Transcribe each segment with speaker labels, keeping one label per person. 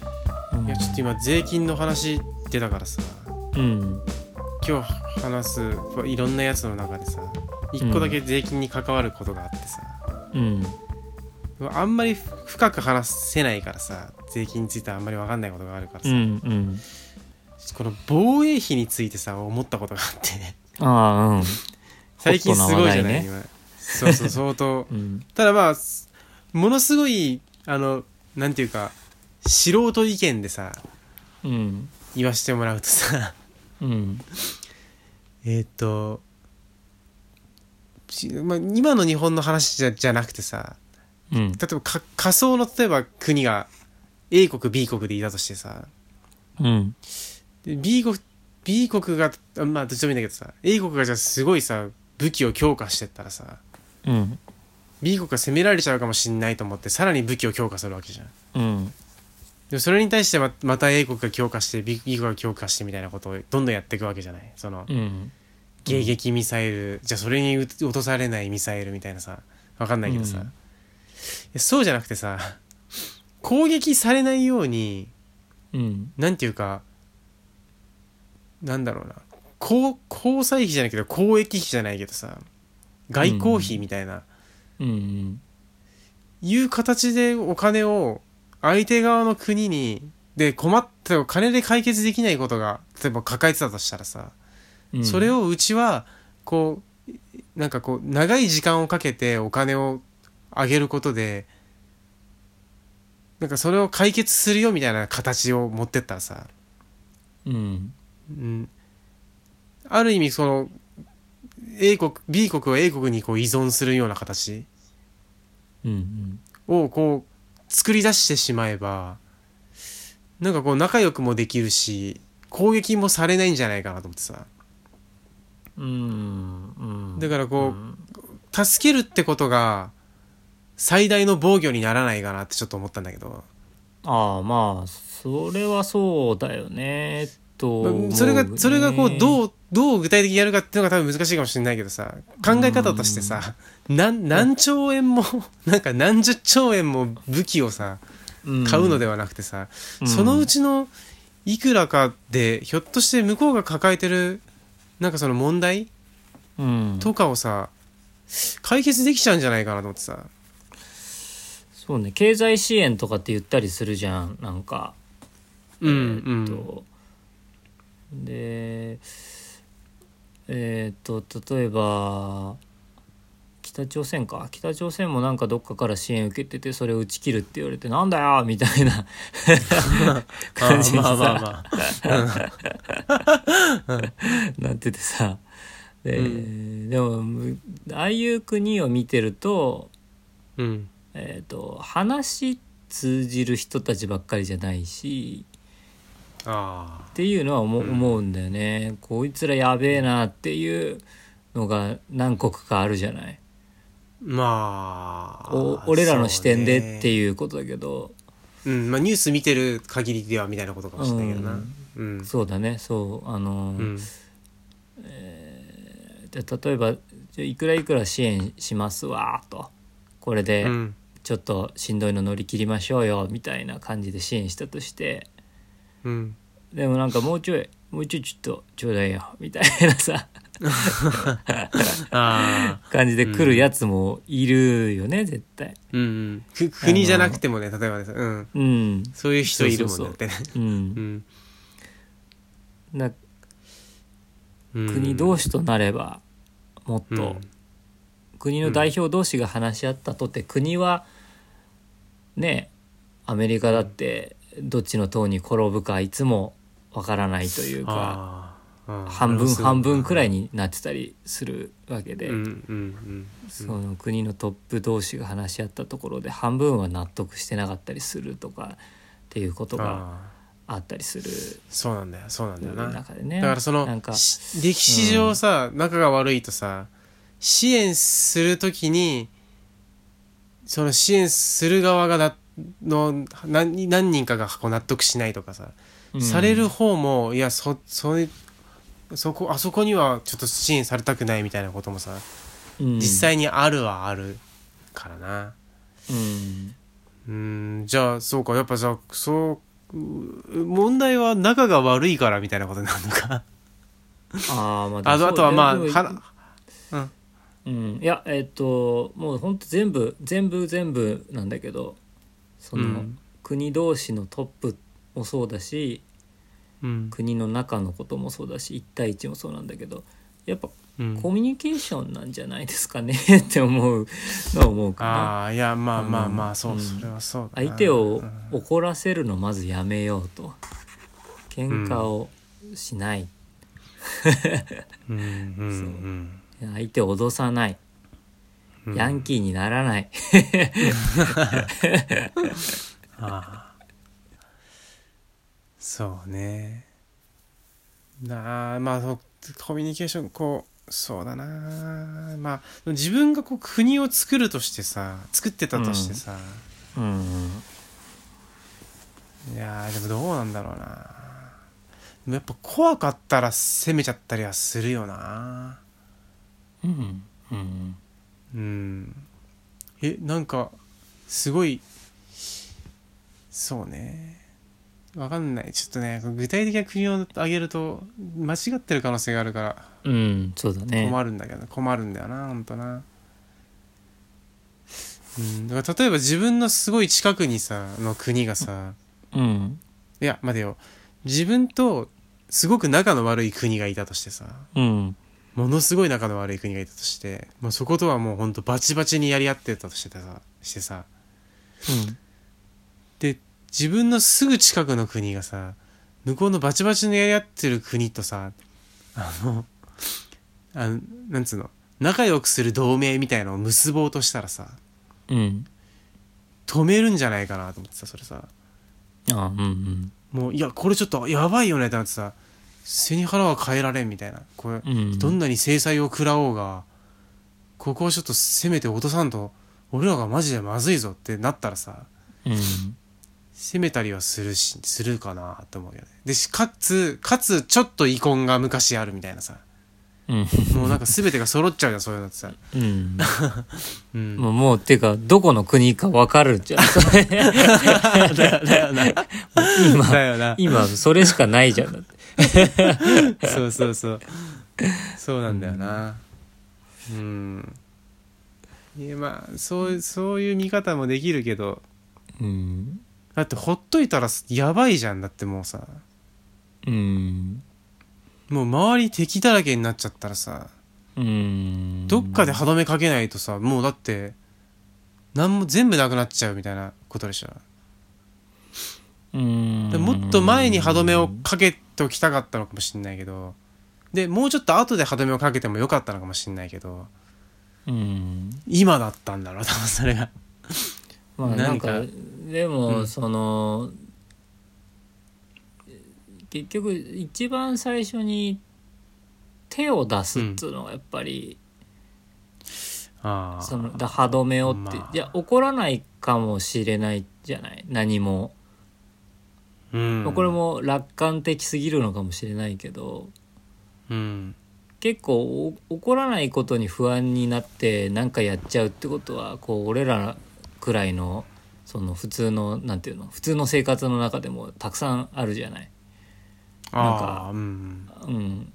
Speaker 1: いやちょっと今税金の話出たからさ
Speaker 2: うん
Speaker 1: 今日話すいろんなやつの中でさ一個だけ税金に関わることがあってさ、
Speaker 2: うん
Speaker 1: あんまり深く話せないからさ税金についてあんまり分かんないことがあるから
Speaker 2: う
Speaker 1: さ、
Speaker 2: んうん
Speaker 1: この防衛費についてさ思ったことがあって ね
Speaker 2: ああ
Speaker 1: 最近すごいじゃない
Speaker 2: ホット
Speaker 1: 今そう そう相当
Speaker 2: うんうん
Speaker 1: ただまあすものすごいあのなんていうか素人意見でさ
Speaker 2: うん
Speaker 1: 言わしてもらうとさ
Speaker 2: うん
Speaker 1: えーっと、しまあ、今の日本の話じゃじゃなくてさ
Speaker 2: うん
Speaker 1: 例えばか仮想の例えば国が A 国 B 国でいたとしてさ
Speaker 2: うん
Speaker 1: で B 国 B 国があまあどっちでもいいんだけどさ A 国がじゃあすごいさ武器を強化してったらさ
Speaker 2: うん
Speaker 1: B 国が攻められちゃうかもしんないと思ってさらに武器を強化するわけじゃん。
Speaker 2: うん
Speaker 1: でもそれに対してままた A 国が強化して B 国が強化してみたいなことをどんどんやっていくわけじゃないその
Speaker 2: うん
Speaker 1: 迎撃ミサイルじゃあそれに撃落とされないミサイルみたいなさわかんないけどさ、
Speaker 2: うん
Speaker 1: いやそうじゃなくてさ攻撃されないように
Speaker 2: うん
Speaker 1: なんていうかなんだろうな交交際費じゃないけど交易費じゃないけどさ外交費みたいな、
Speaker 2: うん
Speaker 1: いう形でお金を相手側の国にで困って金で解決できないことが例えば抱えてたとしたらさ、
Speaker 2: うん
Speaker 1: それをうちはこうなんかこう長い時間をかけてお金をあげることでなんかそれを解決するよみたいな形を持ってったらさ、
Speaker 2: うん
Speaker 1: うん、ある意味その A 国 B 国は A 国にこう依存するような形
Speaker 2: うん
Speaker 1: をこう作り出してしまえばなんかこう仲良くもできるし攻撃もされないんじゃないかなと思ってさ
Speaker 2: うんうん
Speaker 1: だからこ
Speaker 2: うん
Speaker 1: う助けるってことが最大の防御にならないかなってちょっと思ったんだけど
Speaker 2: ああまあそれはそうだよねと思うね
Speaker 1: それがそれがこうどうどう具体的にやるかっていうのが多分難しいかもしれないけどさ考え方としてさなん何兆円も なんか何十兆円も武器をさ
Speaker 2: うん
Speaker 1: 買うのではなくてさ、
Speaker 2: うん
Speaker 1: そのうちのいくらかでひょっとして向こうが抱えてるなんかその問題
Speaker 2: うん
Speaker 1: とかをさ解決できちゃうんじゃないかなと思ってさ
Speaker 2: そうね経済支援とかって言ったりするじゃんなんか
Speaker 1: うんう
Speaker 2: えーっ
Speaker 1: ん
Speaker 2: とでえーっと例えば北朝鮮か北朝鮮もなんかどっかから支援受けててそれを打ち切るって言われてなんだよみたいな感じで
Speaker 1: あ
Speaker 2: さ、
Speaker 1: ーまあまあ
Speaker 2: なっててさで,、
Speaker 1: う
Speaker 2: でもむああいう国を見てると,、
Speaker 1: うん
Speaker 2: えー、と話通じる人たちばっかりじゃないし
Speaker 1: あ
Speaker 2: っていうのは思,、う思うんだよねこいつらやべえなっていうのが何国かあるじゃない
Speaker 1: ーまあ
Speaker 2: お俺らの視点でって
Speaker 1: い
Speaker 2: いうことだけど
Speaker 1: う,、うんまあ、ニュース見てる限りではみたいなことかもしれないけどな
Speaker 2: うん
Speaker 1: うん
Speaker 2: そうだねそうあの、
Speaker 1: うん
Speaker 2: じゃあ例えばじゃあいくらいくら支援しますわーとこれで、
Speaker 1: うん
Speaker 2: ちょっとしんどいの乗り切りましょうよみたいな感じで支援したとして
Speaker 1: うん
Speaker 2: でもなんかもうちょいもうちょいちょっとちょうだいよみたいなさ
Speaker 1: ああ
Speaker 2: 感じで来るやつもいるよね、絶対
Speaker 1: うんうんく国じゃなくてもね例えばねうん
Speaker 2: うん
Speaker 1: そういう人いるもん
Speaker 2: そ
Speaker 1: だ
Speaker 2: うそうそ
Speaker 1: っ
Speaker 2: う
Speaker 1: てね
Speaker 2: うん
Speaker 1: うん
Speaker 2: な
Speaker 1: うん
Speaker 2: 国同士となればもっと、国の代表同士が話し合ったとて、国はねアメリカだってどっちの党に転ぶかいつもわからないというか
Speaker 1: あーあー
Speaker 2: 半分半分くらい
Speaker 1: に、
Speaker 2: になってたりするわけで、
Speaker 1: うんうん
Speaker 2: その国のトップ同士が話し合ったところで半分は納得してなかったりするとかっていうこ
Speaker 1: う
Speaker 2: と
Speaker 1: ん、
Speaker 2: が
Speaker 1: あー
Speaker 2: あったりする
Speaker 1: そうなんだよそうなんだよなだ
Speaker 2: 中でね。
Speaker 1: からその
Speaker 2: なんか
Speaker 1: し歴史上さ、仲が悪いとさ支援するときにその支援する側がなの何何人かがこう納得しないとかさ、
Speaker 2: うん
Speaker 1: される方もいやそそれそこあそこにはちょっと支援されたくないみたいなこともさ、
Speaker 2: うん
Speaker 1: 実際にあるはあるからな。
Speaker 2: うん
Speaker 1: うーんじゃあそうかやっぱさそうう問題は仲が悪いからみたいなことになるのか
Speaker 2: あー まあでも
Speaker 1: あ
Speaker 2: そう
Speaker 1: とあとはい
Speaker 2: や
Speaker 1: まあ
Speaker 2: でも
Speaker 1: はな
Speaker 2: うん、いやえっともうほんと全部全部全部なんだけどその、
Speaker 1: うん
Speaker 2: 国同士のトップもそうだし
Speaker 1: うん
Speaker 2: 国の中のこともそうだし1対1もそうなんだけどやっぱ
Speaker 1: うん
Speaker 2: コミュニケーションなんじゃないですかね って思うのは思うかな。
Speaker 1: ああいやまあまあまあそううんそれはそうだな
Speaker 2: 相手を怒らせるのまずやめようと喧嘩をしない、
Speaker 1: うんうん
Speaker 2: 相手を脅さない、
Speaker 1: うん
Speaker 2: ヤンキーにならない
Speaker 1: ああそうねなあまあそうコミュニケーションこうそうだなまあ自分がこう国を作るとしてさ作ってたとしてさ、
Speaker 2: うん
Speaker 1: いやーでもどうなんだろうなでもやっぱ怖かったら攻めちゃったりはするよな
Speaker 2: うんうん
Speaker 1: うんえなんかすごいそうねわかんないちょっとね具体的な国を挙げると間違ってる可能性があるから
Speaker 2: うんそうだね
Speaker 1: 困るんだけど、困るんだよなほんとなうんだから例えば自分のすごい近くにさの国がさ
Speaker 2: うん
Speaker 1: いや待てよ自分とすごく仲の悪い国がいたとしてさ
Speaker 2: うん
Speaker 1: ものすごい仲の悪い国がいたとして、まあ、そことはもうほんとバチバチにやり合ってたとしてさしてさで自分のすぐ近くの国がさ向こうのバチバチにやり合ってる国とさあのあのなんつうの仲良くする同盟みたいのを結ぼうとしたらさ
Speaker 2: うんうん
Speaker 1: 止めるんじゃないかなと思ってさそれさ
Speaker 2: あうんうん
Speaker 1: もういやこれちょっとやばいよねってなってさ背に腹は変えられんみたいなこれ
Speaker 2: うん
Speaker 1: どんなに制裁を食らおうがここをちょっと攻めて落とさんと俺らがマジでまずいぞってなったらさ
Speaker 2: うん
Speaker 1: 攻めたりはするしするかなと思うよねでしかつかつちょっと遺恨が昔あるみたいなさ
Speaker 2: うん
Speaker 1: もうなんか全てが揃っちゃうじゃんそういうのってさ、
Speaker 2: うん
Speaker 1: うん、
Speaker 2: もうもうっていうかどこの国か分かるじゃん今
Speaker 1: だよな
Speaker 2: 今それしかないじゃんだって
Speaker 1: そうそうそうそうなんだよなうん、いやまあそうそういう見方もできるけど
Speaker 2: うん
Speaker 1: だってほっといたらやばいじゃんだってもうさ
Speaker 2: うん
Speaker 1: もう周り敵だらけになっちゃったらさ
Speaker 2: うん
Speaker 1: どっかで歯止めかけないとさもうだってなんも全部なくなっちゃうみたいなことでしょ
Speaker 2: うん
Speaker 1: でもっと前に歯止めをかけておきたかったのかもしんないけどでもうちょっと後で歯止めをかけてもよかったのかもしんないけど
Speaker 2: うん
Speaker 1: 今だったんだろう多分それが
Speaker 2: まあな
Speaker 1: なんんか
Speaker 2: かでも、
Speaker 1: うん
Speaker 2: その結局一番最初に手を出すっていうのはやっぱり、
Speaker 1: あ
Speaker 2: そのだ歯止めをって、
Speaker 1: まあ
Speaker 2: いや怒らないかもしれないじゃない何も、
Speaker 1: あうん
Speaker 2: まあこれも楽観的すぎるのかもしれないけど
Speaker 1: うん
Speaker 2: 結構お怒らないことに不安になって何かやっちゃうってことはこう俺らくらいのその普通のなんていうの普通の生活の中でもたくさんあるじゃない。なんか
Speaker 1: ああうん
Speaker 2: うん、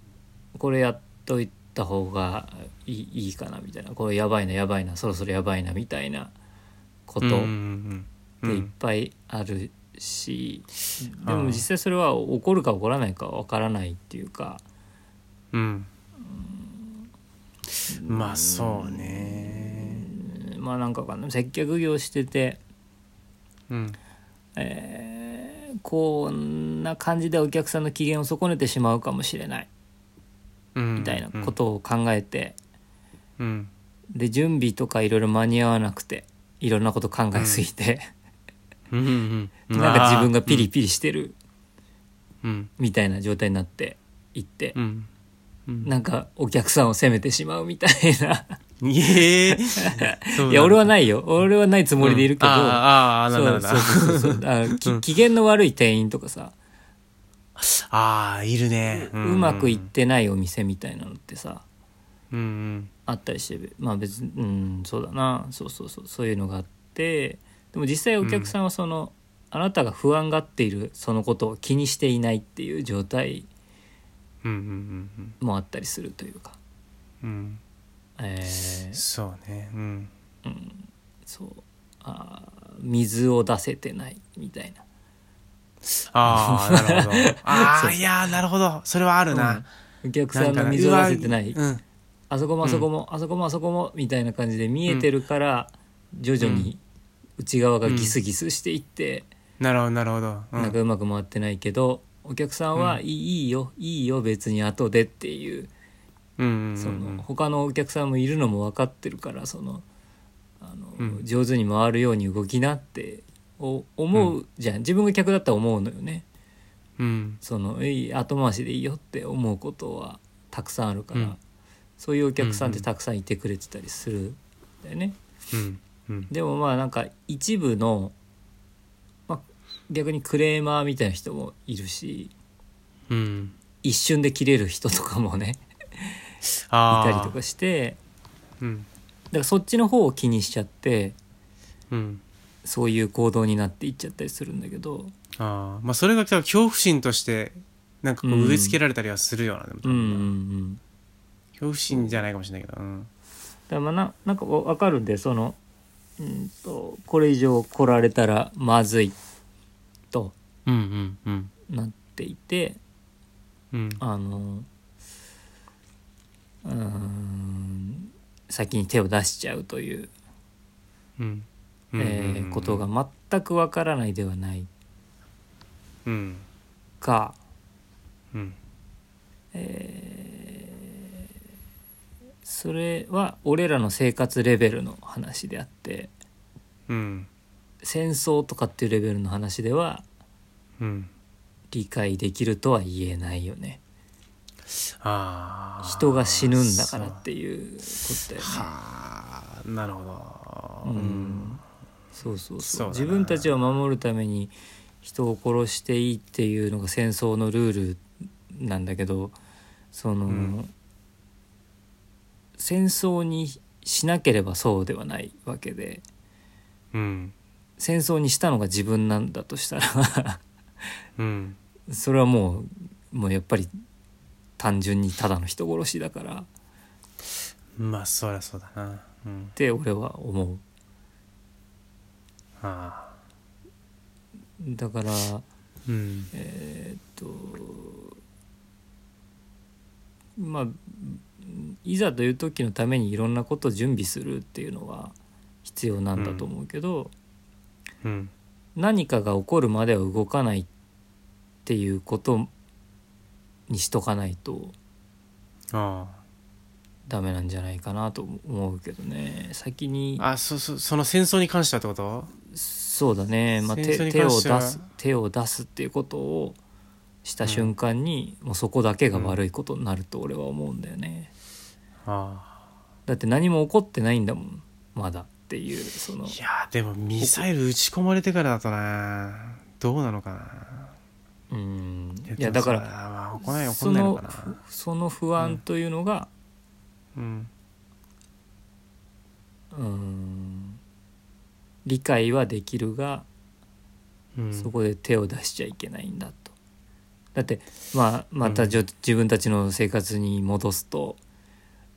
Speaker 2: これやっといた方がいいいいかなみたいなこれやばいなやばいなそろそろやばいなみたいなこと
Speaker 1: う
Speaker 2: っ
Speaker 1: んうん
Speaker 2: て
Speaker 1: うんう
Speaker 2: いっ
Speaker 1: ん
Speaker 2: ぱいあるし、で
Speaker 1: あ
Speaker 2: も
Speaker 1: ー
Speaker 2: 実際それは怒るか怒らないかわからないっていうか
Speaker 1: うんまあそうね
Speaker 2: うんまあなんかわかんない接客業してて、
Speaker 1: うん
Speaker 2: えーこんな感じでお客さんの機嫌を損ねてしまうかもしれない
Speaker 1: み
Speaker 2: みたいなことを考えて。
Speaker 1: うん
Speaker 2: で準備とかいろいろ間に合わなくていろんなこと考えすぎて、
Speaker 1: うんうんうん
Speaker 2: なんか自分がピリピリしてる
Speaker 1: うん
Speaker 2: みたいな状態になっていって、
Speaker 1: うんうん
Speaker 2: なんかお客さんを責めてしまうみたいな
Speaker 1: ええ
Speaker 2: いや俺は
Speaker 1: ない
Speaker 2: ないよ俺はないつもりでいるけど、
Speaker 1: あーあー
Speaker 2: そ
Speaker 1: なんだなだ
Speaker 2: うんそうそうそうそうあき機嫌の悪い店員とかさ、
Speaker 1: ああいるね
Speaker 2: う
Speaker 1: うん
Speaker 2: まくいってないお店みたいなのってさ
Speaker 1: うん
Speaker 2: あったりしてまあ別にうんそうだなそうそうそうそういうのがあってでも実際お客さんはその、あなたが不安がっているそのことを気にしていないっていう状態
Speaker 1: うんうん
Speaker 2: もあったりするというか、
Speaker 1: うんうん
Speaker 2: え
Speaker 1: うん
Speaker 2: ー
Speaker 1: そうねうん
Speaker 2: そうあー水を出せてないみたいな
Speaker 1: あ あなるほどあ
Speaker 2: そ
Speaker 1: あ
Speaker 2: う
Speaker 1: いやーなるほどそれはあるな、
Speaker 2: うんお客
Speaker 1: な
Speaker 2: さ
Speaker 1: ん
Speaker 2: ん
Speaker 1: か
Speaker 2: が
Speaker 1: ね
Speaker 2: 水を出せてないう
Speaker 1: わうん
Speaker 2: あそこもあそこも、あそこもあそこもみたいな感じで見えてるから、徐々に内側がギスギスしていって、
Speaker 1: なるほどなるほど、うん
Speaker 2: なんかうまく回ってないけどお客さんは「
Speaker 1: う
Speaker 2: いいいいよいいよ別に後で」っていう
Speaker 1: うんうんうんうん
Speaker 2: その他のお客さんもいるのも分かってるからそのあの、
Speaker 1: うん
Speaker 2: 上手に回るように動きなってお思うじゃん、自分が客だったら思うのよね
Speaker 1: うん
Speaker 2: そのいい後回しでいいよって思うことはたくさんあるから、
Speaker 1: うん
Speaker 2: そういうお客さん
Speaker 1: う
Speaker 2: っ
Speaker 1: ん
Speaker 2: て
Speaker 1: うん
Speaker 2: たくさんいてくれてたりするんだよね。
Speaker 1: うんうん
Speaker 2: でもまあなんか一部の、まあ、逆にクレーマーみたいな人もいるし
Speaker 1: うん
Speaker 2: 一瞬で切れる人とかもねい
Speaker 1: あ
Speaker 2: た
Speaker 1: あ
Speaker 2: りとかして
Speaker 1: うん
Speaker 2: だからそっちの方を気にしちゃって
Speaker 1: うん
Speaker 2: そういう行動になっていっちゃったりするんだけど
Speaker 1: ああまあそれが恐怖心としてなんかこう植え付けられたりはするような、でも
Speaker 2: うんうんうん
Speaker 1: 恐怖心じゃないかもしれないけどうん
Speaker 2: だからまあななんかこう分かるんでそのうんとこれ以上来られたらまずいと
Speaker 1: うんうんうん
Speaker 2: なっていて
Speaker 1: うん
Speaker 2: あのうーん先に手を出しちゃうという、
Speaker 1: うん
Speaker 2: えーことが全くわからないではない
Speaker 1: うん
Speaker 2: か、
Speaker 1: うん
Speaker 2: えーそれは俺らの生活レベルの話であって
Speaker 1: うん
Speaker 2: 戦争とかっていうレベルの話では
Speaker 1: うん
Speaker 2: 理解できるとは言えないよね
Speaker 1: ああ
Speaker 2: 人が死ぬんだから
Speaker 1: そう
Speaker 2: っていうことだよね
Speaker 1: はあなるほど
Speaker 2: う
Speaker 1: うんん
Speaker 2: そうそう
Speaker 1: そうだ
Speaker 2: そう
Speaker 1: な
Speaker 2: 自分たちを守るために人を殺していいっていうのが戦争のルールなんだけどその、
Speaker 1: うん
Speaker 2: 戦争にしなければそうではないわけで
Speaker 1: うん
Speaker 2: 戦争にしたのが自分なんだとしたら
Speaker 1: うん
Speaker 2: それはもうもうやっぱり単純にただの人殺しだからっ
Speaker 1: まあそりゃそうだなうん
Speaker 2: て俺は思う。
Speaker 1: ああ
Speaker 2: だから
Speaker 1: うん
Speaker 2: えーっとまあいざという時のためにいろんなことを準備するっていうのは必要なんだと思うけど、
Speaker 1: うん
Speaker 2: 何かが起こるまでは動かないっていうことにしとかないと
Speaker 1: あ
Speaker 2: ダメなんじゃないかなと思うけどね先に
Speaker 1: ああそそその戦争に関してはってこと
Speaker 2: そうだね、まあ、
Speaker 1: 戦争
Speaker 2: 手
Speaker 1: に
Speaker 2: 手
Speaker 1: 関
Speaker 2: を
Speaker 1: しては
Speaker 2: 出す手を出すっていうことをした瞬間に、もうそこだけが悪いことになると俺は思うんだよね。
Speaker 1: あ
Speaker 2: だって何も起こってないんだもんまだっていうその
Speaker 1: あいやでもミサイル撃ち込まれてからだとなどうなのか
Speaker 2: うん
Speaker 1: ない
Speaker 2: やだか
Speaker 1: でも
Speaker 2: ら
Speaker 1: さまあ怒らない怒
Speaker 2: そ
Speaker 1: らないの
Speaker 2: の
Speaker 1: かな
Speaker 2: その不安というのが、
Speaker 1: うん
Speaker 2: うん、理解はできるが
Speaker 1: うん
Speaker 2: そこで手を出しちゃいけないんだと。だって、まあ、またじょ、自分たちの生活に戻すと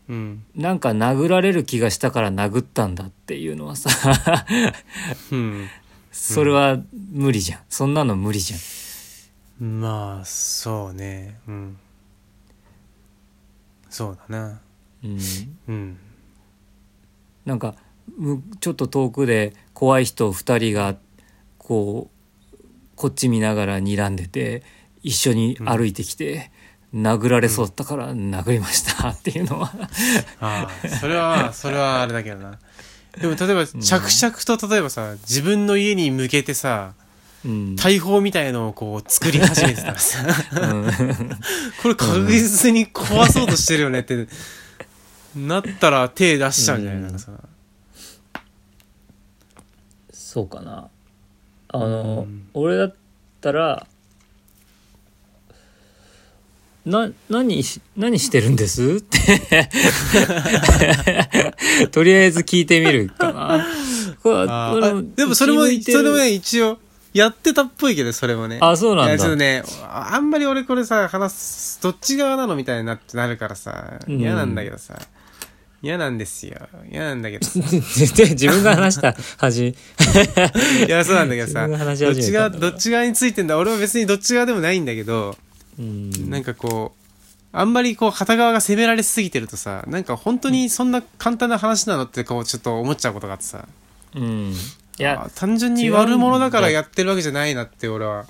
Speaker 1: うん
Speaker 2: なんか殴られる気がしたから殴ったんだっていうのはさ
Speaker 1: うん
Speaker 2: それは無理じゃんそんなの無理じゃん。
Speaker 1: まあそうねうんそうだな
Speaker 2: うん
Speaker 1: うん
Speaker 2: なんかむちょっと遠くで怖い人2人がこうこっち見ながら睨んでて一緒に歩いてきて、殴られそうだったから殴りましたっていうのは、
Speaker 1: ああそれは それはあれだけどなでも例えば着々と例えばさ自分の家に向けてさ
Speaker 2: うん
Speaker 1: 大砲みたいのをこう作り始めてたらさ
Speaker 2: うん
Speaker 1: これ確実に壊そうとしてるよねってなったら手出しちゃうんじゃないなんかさ
Speaker 2: そうかなあの、
Speaker 1: うん
Speaker 2: 俺だったらな何し何してるんですって とりあえず聞いてみるかなこれ
Speaker 1: あ
Speaker 2: これ
Speaker 1: ーあでもそれも
Speaker 2: 気抜いて
Speaker 1: そ
Speaker 2: る
Speaker 1: れもね一応やってたっぽいけどそれもね
Speaker 2: あそうなん
Speaker 1: い
Speaker 2: だ
Speaker 1: やちょっとねああんまり俺これさ話すどっち側なのみたいになってなるからさ
Speaker 2: うん
Speaker 1: 嫌なんだけどさ、嫌なんですよ嫌なんだけど さ
Speaker 2: 絶対 自分が話した恥
Speaker 1: いやそうなんだけどさ
Speaker 2: 自分が話し
Speaker 1: どっ
Speaker 2: 始
Speaker 1: ち
Speaker 2: めた
Speaker 1: 側
Speaker 2: んだ
Speaker 1: どっち側についてんだ俺は別にどっち側でもないんだけど、
Speaker 2: うん
Speaker 1: なんかこうあんまりこう片側が攻められすぎてるとさなんか本当にそんな簡単な話なのってこうちょっと思っちゃうことがあってさ
Speaker 2: うんい
Speaker 1: あ
Speaker 2: や
Speaker 1: 単純に
Speaker 2: 違うんだ
Speaker 1: 悪者だからやってるわけじゃないなって俺は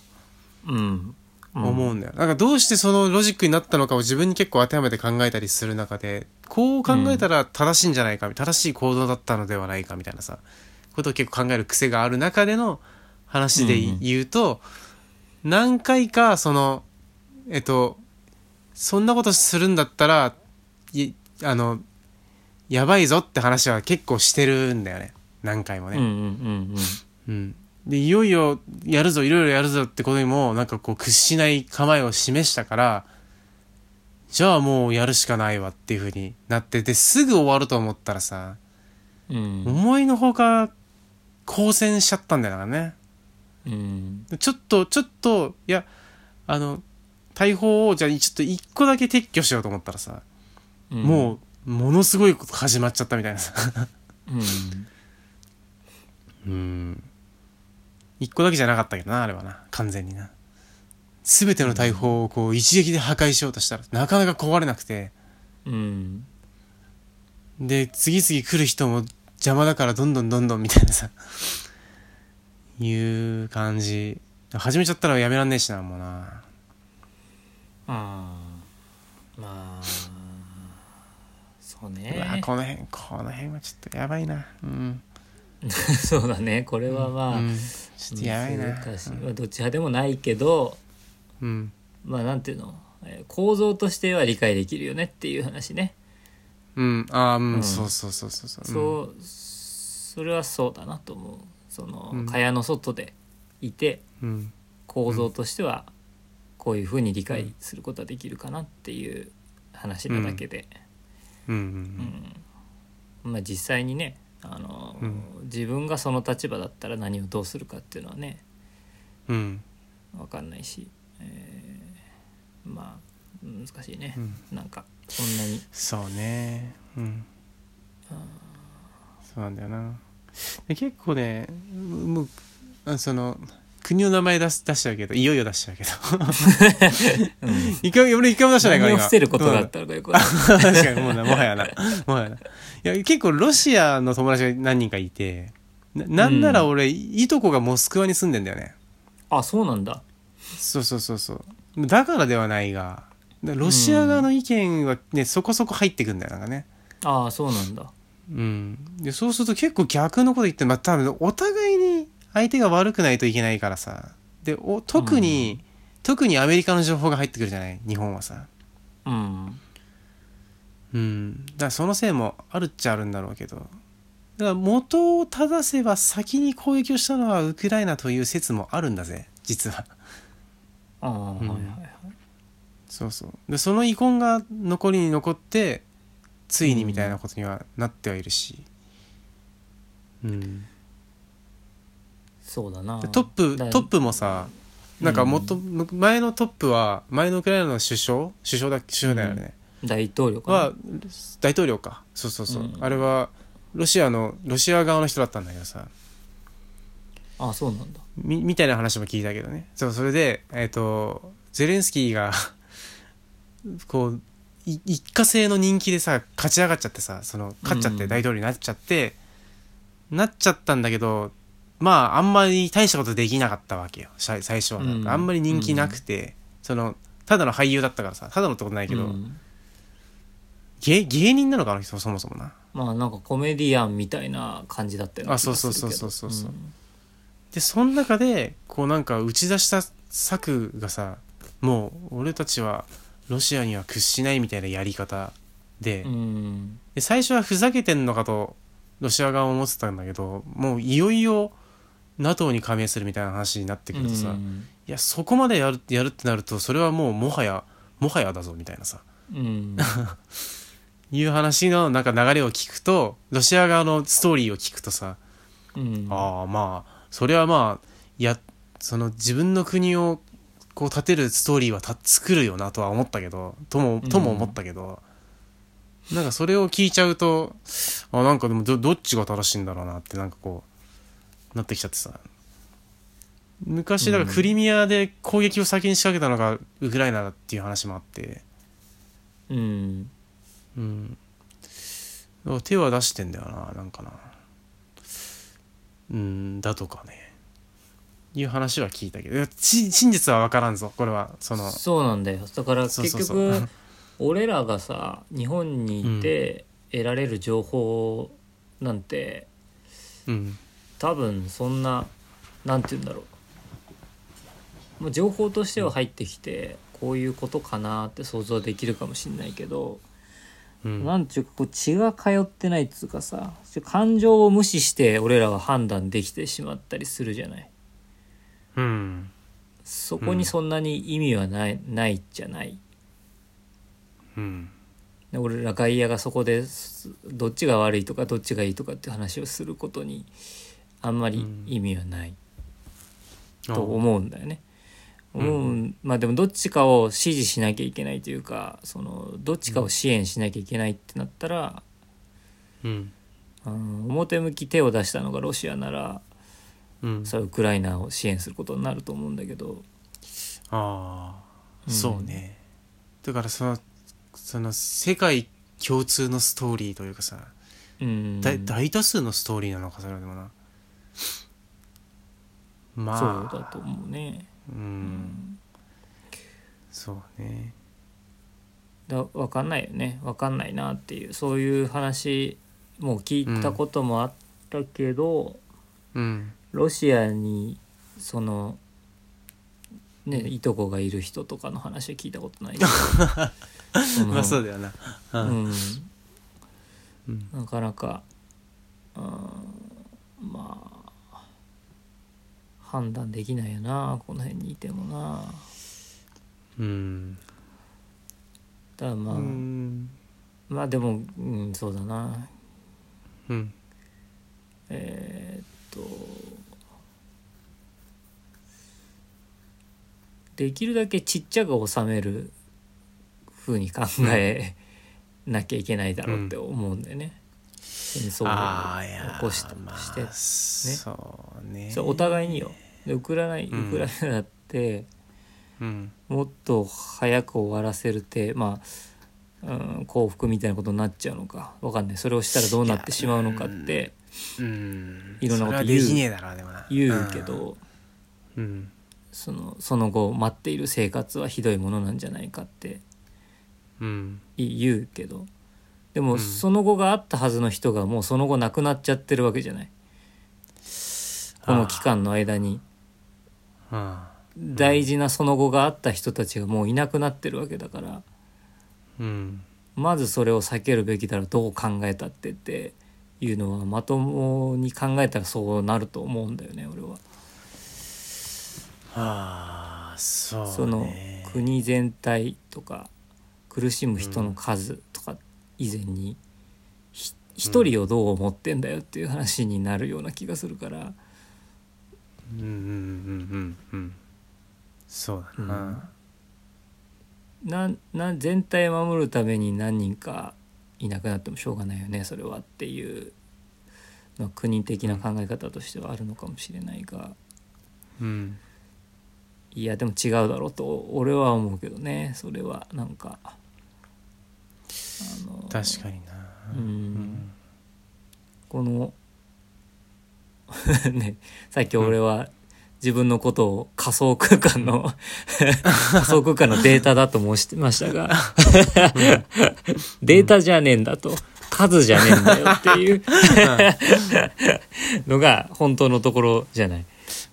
Speaker 2: うん
Speaker 1: 思うんだよ、なんかどうしてそのロジックになったのかを自分に結構当てはめて考えたりする中でこう考えたら正しいんじゃないか、正しい行動だったのではないかみたいなさことを結構考える癖がある中での話で
Speaker 2: うんうん
Speaker 1: 言うと、何回かそのえっとそんなことするんだったらいあのやばいぞって話は結構してるんだよね何回も
Speaker 2: う
Speaker 1: ね。
Speaker 2: んうんうん
Speaker 1: うん、でいよいよやるぞいろいろやるぞってことにもなんかこう屈しない構えを示したからじゃあもうやるしかないわっていうふうになってですぐ終わると思ったらさ、
Speaker 2: うんうん
Speaker 1: 思いのほか交戦しちゃったんだからね
Speaker 2: うん
Speaker 1: ちょっとちょっといやあの大砲をじゃあちょっと一個だけ撤去しようと思ったらさ、
Speaker 2: うん
Speaker 1: もうものすごいこと始まっちゃったみたいなさ
Speaker 2: うん
Speaker 1: うん一個だけじゃなかったけどなあれはな完全にな全ての大砲をこう一撃で破壊しようとしたらなかなか壊れなくて
Speaker 2: うん
Speaker 1: で次々来る人も邪魔だからどんどんどんどんみたいなさいう感じ始めちゃったらやめらんねえしなもうな
Speaker 2: あーまあそ
Speaker 1: う
Speaker 2: う
Speaker 1: わ
Speaker 2: ね
Speaker 1: この辺この辺はちょっとやばいなうん、
Speaker 2: そうだねこれはまあ
Speaker 1: うんちょっとやばいな
Speaker 2: 難しいまあどっち派でもないけど
Speaker 1: うん
Speaker 2: まあなんていうのえー構造としては理解できるよねっていう話ね
Speaker 1: うんああうん、
Speaker 2: うん
Speaker 1: そうそうそうそうそう
Speaker 2: そうそれはそうだなと思うその
Speaker 1: うん
Speaker 2: 蚊帳の外でいて
Speaker 1: うん
Speaker 2: 構造としてはこういうふうに理解することはできるかなっていう話なだけで、
Speaker 1: うんう
Speaker 2: うんんまあ、実際にねあの、
Speaker 1: うん
Speaker 2: 自分がその立場だったら何をどうするかっていうのはね
Speaker 1: うんうん
Speaker 2: 分かんないし、えーまあ難しいね、
Speaker 1: うん
Speaker 2: なんかそんなに
Speaker 1: そうねうんそうなんだよなで結構ねもうあその国の名前出す出しちゃうけどいよいよ出しちゃうけど一回俺一回も出してないから
Speaker 2: 何を
Speaker 1: 今
Speaker 2: 伏せることがあ
Speaker 1: う
Speaker 2: っ
Speaker 1: ん
Speaker 2: たのかよくわかんない
Speaker 1: 確かにもうなもはやなもはやないや結構ロシアの友達が何人かいてななんなら俺、いとこがモスクワに住んでんだよね
Speaker 2: あそうなんだ
Speaker 1: そうそうそうそうだからではないがだロシア側の意見はね、そこそこ入ってくんだよなんかね
Speaker 2: ああそうなんだ
Speaker 1: うん、でそうすると結構逆のこと言ってまあ多分お互いに相手が悪くないといけないからさでお特に、特にアメリカの情報が入ってくるじゃない日本はさ、
Speaker 2: うん
Speaker 1: うん、だからそのせいもあるっちゃあるんだろうけどだから元を正せば先に攻撃をしたのはウクライナという説もあるんだぜ実は
Speaker 2: ああ、はいはいはい
Speaker 1: そうそうでその遺恨が残りに残ってついにみたいなことにはなってはいるし、うん、
Speaker 2: そうだな
Speaker 1: でトップ
Speaker 2: だ
Speaker 1: トップもさなんかもっと、前のトップは前のウクライナの首相首相だ首相だよね、
Speaker 2: 大統領かな
Speaker 1: は大統領かそうそうそう、
Speaker 2: うん
Speaker 1: あれはロシアのロシア側の人だったんだけどさ
Speaker 2: あそうなんだ
Speaker 1: みみたいな話も聞いたけどねそうそれでえっ、とゼレンスキーが こうい一過性の人気でさ勝ち上がっちゃってさその勝っちゃっ
Speaker 2: う
Speaker 1: て
Speaker 2: ん
Speaker 1: 大統領になっちゃって、なっちゃったんだけどまああんまり大したことできなかったわけよさい最初はなんか、
Speaker 2: うん
Speaker 1: あんまり人気なくて、そのただの俳優だったからさただのってことないけど、
Speaker 2: うん
Speaker 1: 芸芸人なのかなそそもそもな
Speaker 2: まあなんかコメディアンみたいな感じだったよね
Speaker 1: あそうそうそうそうそうそうでその中でこうなんか打ち出した策がさもう俺たちはロシアには屈しないみたいなやり方で,、
Speaker 2: うん
Speaker 1: で最初はふざけてんのかとロシア側も思ってたんだけどもういよいよ NATO に加盟するみたいな話になってくるとさ、
Speaker 2: う
Speaker 1: い
Speaker 2: ん
Speaker 1: やそこまでやるやるってなるとそれはもうもはやもはやだぞみたいなさ
Speaker 2: うん
Speaker 1: いう話のなんか流れを聞くとロシア側のストーリーを聞くとさ
Speaker 2: うん
Speaker 1: ああまあそれはまあやその自分の国をこう立てるストーリーはた作るよなとは思ったけどともとも思ったけど、なんかそれを聞いちゃうとあなんかでもどどっちが正しいんだろうなってなんかこうなってきちゃってさ昔だからクリミアで攻撃を先に仕掛けたのがウクライナだっていう話もあって、
Speaker 2: うん
Speaker 1: うん、だから手は出してんだよななんかなうんだとかねいう話は聞いたけどいやち真実は分からんぞこれはその
Speaker 2: そうなんだよだから結
Speaker 1: そう
Speaker 2: 局
Speaker 1: そうそう
Speaker 2: 俺らがさ日本にいて得られる情報なんて、
Speaker 1: うん
Speaker 2: 多分そんななんて言うんだろうもう情報としては入ってきて、こういうことかなって想像できるかもしれないけど、
Speaker 1: うん
Speaker 2: なんちゅうかこう血が通ってないっつうかさ感情を無視して俺らは判断できてしまったりするじゃない
Speaker 1: うん
Speaker 2: そこにそんなに意味はない,、ないじゃない
Speaker 1: うん
Speaker 2: で俺ら外野がそこですどっちが悪いとかどっちがいいとかって話をすることにあんまり意味はないと思うんだよね。
Speaker 1: ん
Speaker 2: 思うんまあでもどっちかを支持しなきゃいけないというかそのどっちかを支援しなきゃいけないってなったら、
Speaker 1: うん
Speaker 2: うん表向き手を出したのがロシアなら
Speaker 1: うん
Speaker 2: それはウクライナを支援することになると思うんだけど。
Speaker 1: ああ
Speaker 2: うん
Speaker 1: そうねだからそのその世界共通のストーリーというかさ
Speaker 2: うん
Speaker 1: 大大多数のストーリーなのかそれでもなまあ
Speaker 2: そうだと思うね。
Speaker 1: うん、そうね
Speaker 2: だ分かんないよね分かんないなっていうそういう話も聞いたこともあったけど、
Speaker 1: うん
Speaker 2: ロシアにそのねいとこがいる人とかの話は聞いたことないけどそ の
Speaker 1: まあそうだよなう
Speaker 2: うんん
Speaker 1: うん
Speaker 2: なかなか、うん、まあ判断できないよなこの辺にいてもな
Speaker 1: うん
Speaker 2: ただまあ、
Speaker 1: うん
Speaker 2: まあでも、うん、そうだな
Speaker 1: うん
Speaker 2: えーっとできるだけちっちゃく収める風に考えなきゃいけないだろうって思うんだよね、戦争
Speaker 1: あ
Speaker 2: を
Speaker 1: あいや
Speaker 2: 起こした
Speaker 1: まあ
Speaker 2: して
Speaker 1: そうね
Speaker 2: それお互いによでウクライナ
Speaker 1: うん
Speaker 2: ウクライナだって
Speaker 1: うん
Speaker 2: もっと早く終わらせるってまあ、うん、幸福みたいなことになっちゃうのかわかんないそれをしたらどうなってしまうのかって
Speaker 1: うん
Speaker 2: いろんなこと
Speaker 1: それは
Speaker 2: 言う
Speaker 1: できねえだろうでもな
Speaker 2: 言うけど。
Speaker 1: うん
Speaker 2: そのその後待っている生活はひどいものなんじゃないかって
Speaker 1: うん
Speaker 2: い言うけどでも、
Speaker 1: うん
Speaker 2: その後があったはずの人がもうその後亡くなっちゃってるわけじゃないこの期間の間に
Speaker 1: あ
Speaker 2: 大事なその後があった人たちがもういなくなってるわけだから
Speaker 1: あうん
Speaker 2: まずそれを避けるべきだろうどう考えたってっていうのはまともに考えたらそうなると思うんだよね俺は。
Speaker 1: ああそうね
Speaker 2: その国全体とか苦しむ人の数とか以前にひ一人をどう思ってんだよっていう話になるような気がするから
Speaker 1: うんうんうんうんうんそうだな
Speaker 2: なな全体を守るために何人かいなくなってもしょうがないよねそれはっていうのは国的な考え方としてはあるのかもしれないが
Speaker 1: うん
Speaker 2: いやでも違うだろうと俺は思うけどねそれはなんか。あの
Speaker 1: 確かにな
Speaker 2: うんこの ねさっき俺は自分のことを仮想空間の仮想空間のデータだと申してましたがデータじゃねえんだと数じゃねえんだよっていうのが本当のところじゃない。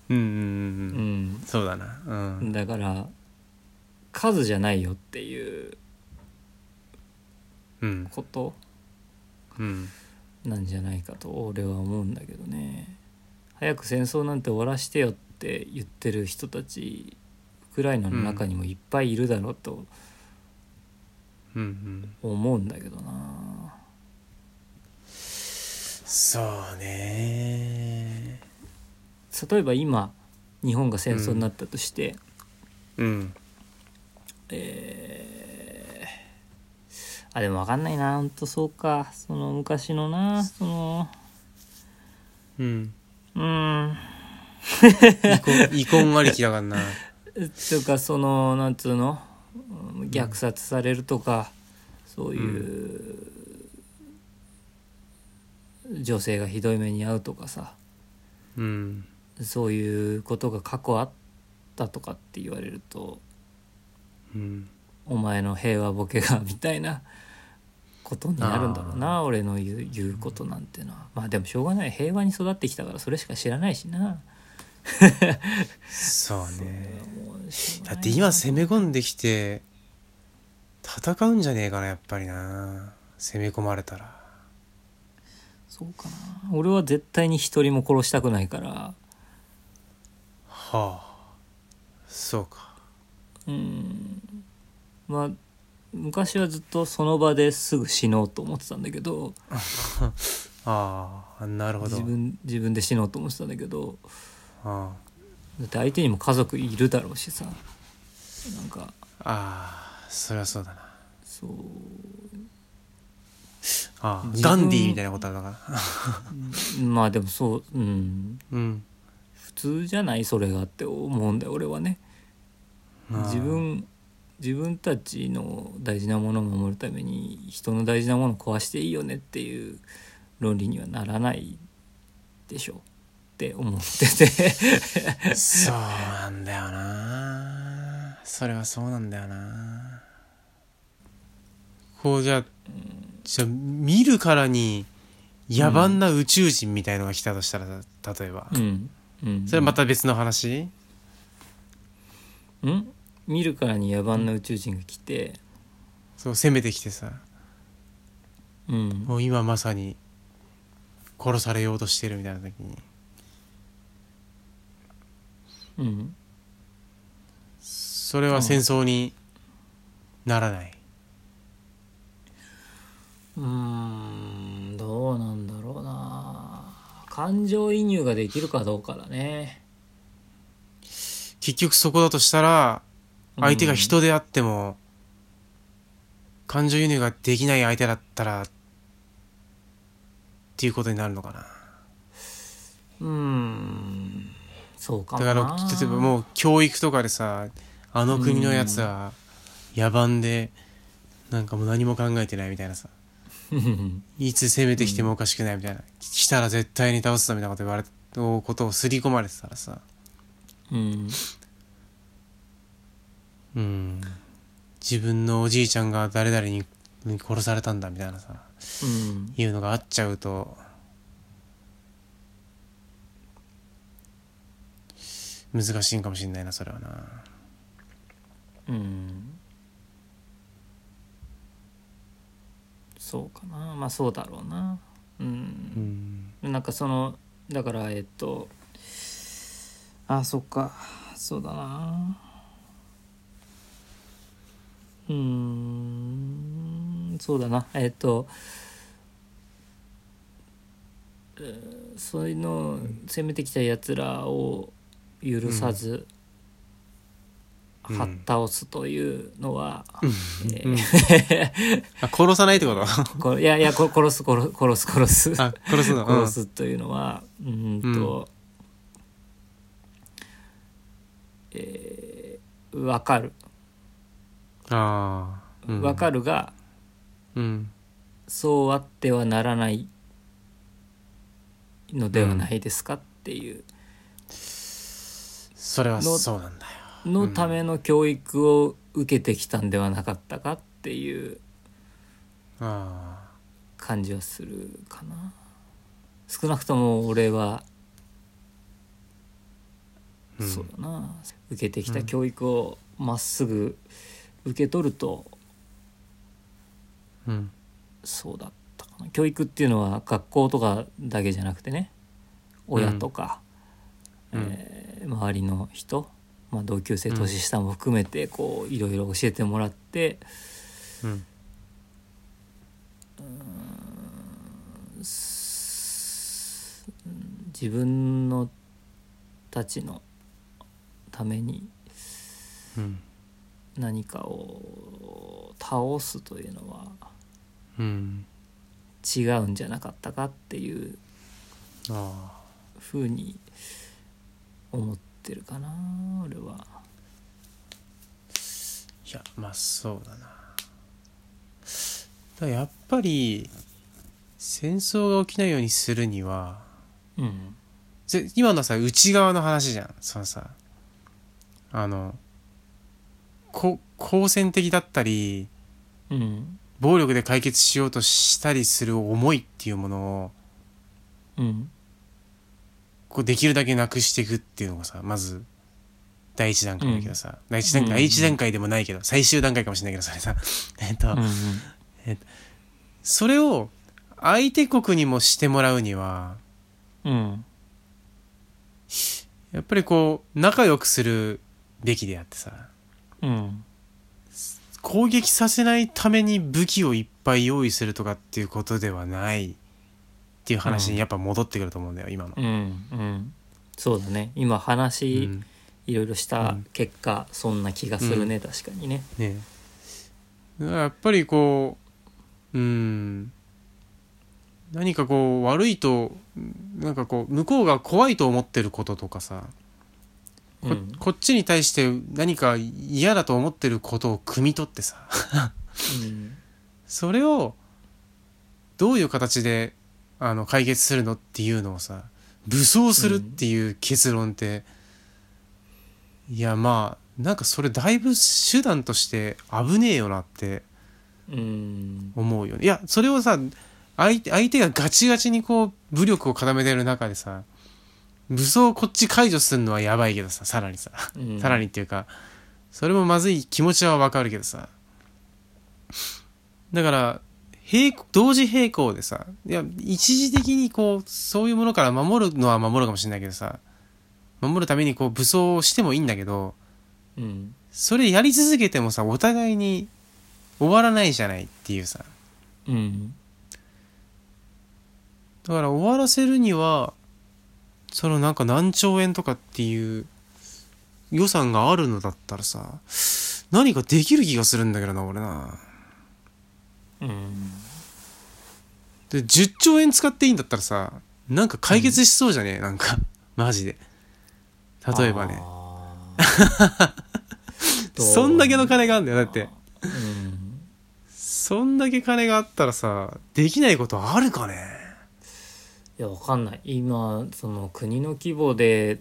Speaker 1: うんうん
Speaker 2: う
Speaker 1: うんうん
Speaker 2: ん
Speaker 1: そうだなうん
Speaker 2: だから数じゃないよっていう
Speaker 1: うん
Speaker 2: こと
Speaker 1: うん
Speaker 2: なんじゃないかと俺は思うんだけどね早く戦争なんて終わらしてよって言ってる人たちウクライナの中にもいっぱいいるだろうと
Speaker 1: うんうん
Speaker 2: 思うんだけどな、
Speaker 1: そうね
Speaker 2: 例えば今日本が戦争になったとして、
Speaker 1: うん
Speaker 2: あでも分かんないなほんとそうかその昔のなその
Speaker 1: うん
Speaker 2: うん
Speaker 1: 遺恨 遺恨ありきだからな
Speaker 2: とかそのなんつうのうん虐殺されるとかそういう、女性がひどい目に遭うとかさ
Speaker 1: うん
Speaker 2: そういうことが過去あったとかって言われると
Speaker 1: うん
Speaker 2: お前の平和ボケがみたいなことになるんだろうな俺の言う言うことなんてのはまあでもしょうがない平和に育ってきたからそれしか知らないしな
Speaker 1: そうね
Speaker 2: もうしょうが
Speaker 1: だ
Speaker 2: ない
Speaker 1: って今攻め込んできて戦うんじゃねえかなやっぱりな攻め込まれたら
Speaker 2: そうかな俺は絶対に一人も殺したくないから
Speaker 1: はあそうか
Speaker 2: うんまあ昔はずっとその場ですぐ死のうと思ってたんだけど
Speaker 1: ああなるほど
Speaker 2: 自分自分で死のうと思ってたんだけど
Speaker 1: あ
Speaker 2: だって相手にも家族いるだろうしさなんか
Speaker 1: あああそりゃそうだな
Speaker 2: そう
Speaker 1: ああ
Speaker 2: 自分
Speaker 1: ダンディーみたいなことだから
Speaker 2: まあでもそううん
Speaker 1: うん
Speaker 2: 普通じゃないそれがって思うんだよ俺はね
Speaker 1: ああ
Speaker 2: 自分自分たちの大事なものを守るために人の大事なものを壊していいよねっていう論理にはならないでしょって思ってて
Speaker 1: そうなんだよなそれはそうなんだよなこうじゃあじゃあ見るからに野蛮な宇宙人みたいのが来たとしたらさ例えば、
Speaker 2: うん、うん、
Speaker 1: それはまた別の話
Speaker 2: うん見るからに野蛮な宇宙人が来て、
Speaker 1: そう攻めてきてさ
Speaker 2: うん、
Speaker 1: もう今まさに殺されようとしてるみたいな時に
Speaker 2: うん、
Speaker 1: それは戦争にならない、
Speaker 2: うーんどうなんだろうな感情移入ができるかどうかだね
Speaker 1: 結局そこだとしたら相手が人であっても、感情移入ができない相手だったらっていうことになるのかな
Speaker 2: うーんそうかも
Speaker 1: だ
Speaker 2: な
Speaker 1: から例えばもう教育とかでさあの国のやつは野蛮でなんかもう何も考えてないみたいなさ
Speaker 2: うん
Speaker 1: いつ攻めてきてもおかしくないみたいな、来たら絶対に倒すぞみたいなこと言われたことをすり込まれてたらさ
Speaker 2: うん
Speaker 1: うん自分のおじいちゃんが誰々にに殺されたんだみたいなさ
Speaker 2: うん
Speaker 1: いうのがあっちゃうと難しいんかもしれないなそれはな
Speaker 2: うんそうかなまあそうだろうなうん
Speaker 1: うん
Speaker 2: なんかそのだからえっとあそっかそうだなうーんそうだなえっとうーそういうの攻めてきたやつらを許さず、
Speaker 1: うん
Speaker 2: はっ倒すというのは、えー
Speaker 1: うんあ殺さないってこと
Speaker 2: こいやいやこ殺す殺す殺す殺す
Speaker 1: あ殺すのうん
Speaker 2: 殺すというのはうーんと、えーわかる
Speaker 1: ああ
Speaker 2: わか
Speaker 1: る
Speaker 2: るが、
Speaker 1: うん
Speaker 2: そうあってはならないのではないですかっていう
Speaker 1: それは
Speaker 2: の
Speaker 1: そうなんだよ
Speaker 2: のための教育を受けてきたんではなかったかっていう
Speaker 1: あ
Speaker 2: 感じはするかな少なくとも俺は、
Speaker 1: うん
Speaker 2: そうだな受けてきた教育をまっすぐ受け取ると、
Speaker 1: あうん
Speaker 2: そうだったかな教育っていうのは学校とかだけじゃなくてね親とか、
Speaker 1: うん
Speaker 2: えー周りの人、まあ、同級生
Speaker 1: うん
Speaker 2: 年下も含めてこういろいろ教えてもらって
Speaker 1: うん
Speaker 2: すうん自分のたちのために
Speaker 1: うん
Speaker 2: 何かを倒すというのは
Speaker 1: うん
Speaker 2: 違うんじゃなかったかっていう
Speaker 1: あ
Speaker 2: ふうに思ってるかな俺は。
Speaker 1: ーいやまあそうだなだからやっぱり戦争が起きないようにするには
Speaker 2: うん
Speaker 1: ぜ今のさ内側の話じゃんそのさあのこ好戦的だったり
Speaker 2: うん
Speaker 1: 暴力で解決しようとしたりする思いっていうものを
Speaker 2: うん
Speaker 1: こうできるだけなくしていくっていうのがさまず第一段階だけどさ、第一
Speaker 2: う
Speaker 1: 段
Speaker 2: ん
Speaker 1: 階、第一段階でもないけど最終段階かもしれないけどそれさ えっと、
Speaker 2: うん
Speaker 1: それを相手国にもしてもらうには
Speaker 2: うん
Speaker 1: やっぱりこう仲良くするべきであってさ
Speaker 2: うん
Speaker 1: 攻撃させないために武器をいっぱい用意するとかっていうことではないっていう話
Speaker 2: うん
Speaker 1: にやっぱ戻ってくると思うんだよ今の。
Speaker 2: うんうんそうだね今話
Speaker 1: うん
Speaker 2: いろいろした結果、そんな気がするね、確かにね。
Speaker 1: ねだからやっぱりこううん何かこう悪いとうんなんかこう向こうが怖いと思ってることとかさこ,、
Speaker 2: うん
Speaker 1: こっちに対して何か嫌だと思ってることを汲み取ってさ
Speaker 2: うん
Speaker 1: それをどういう形であの解決するのっていうのをさ武装するっていう結論って、いやまあなんかそれだいぶ手段として危ねえよなって
Speaker 2: うん
Speaker 1: 思うよねいやそれをさ相手相手がガチガチにこう武力を固めてる中でさ武装をこっち解除するのはやばいけどささらにさ、
Speaker 2: うん
Speaker 1: さらにっていうかそれもまずい気持ちはわかるけどさだから並同時並行でさいや一時的にこうそういうものから守るのは守るかもしれないけどさ守るためにこう武装をしてもいいんだけど
Speaker 2: うん
Speaker 1: それやり続けてもさお互いに終わらないじゃないっていうさ
Speaker 2: うん
Speaker 1: だから終わらせるにはそのなんか何兆円とかっていう予算があるのだったらさ何かできる気がするんだけどな俺な
Speaker 2: うん
Speaker 1: で10兆円使っていいんだったらさなんか解決しそうじゃねえ、なんかマジで例えばね
Speaker 2: あー
Speaker 1: そんだけの金があるんだよだって
Speaker 2: うん
Speaker 1: そんだけ金があったらさできないことあるかね
Speaker 2: いやわかんない今その国の規模で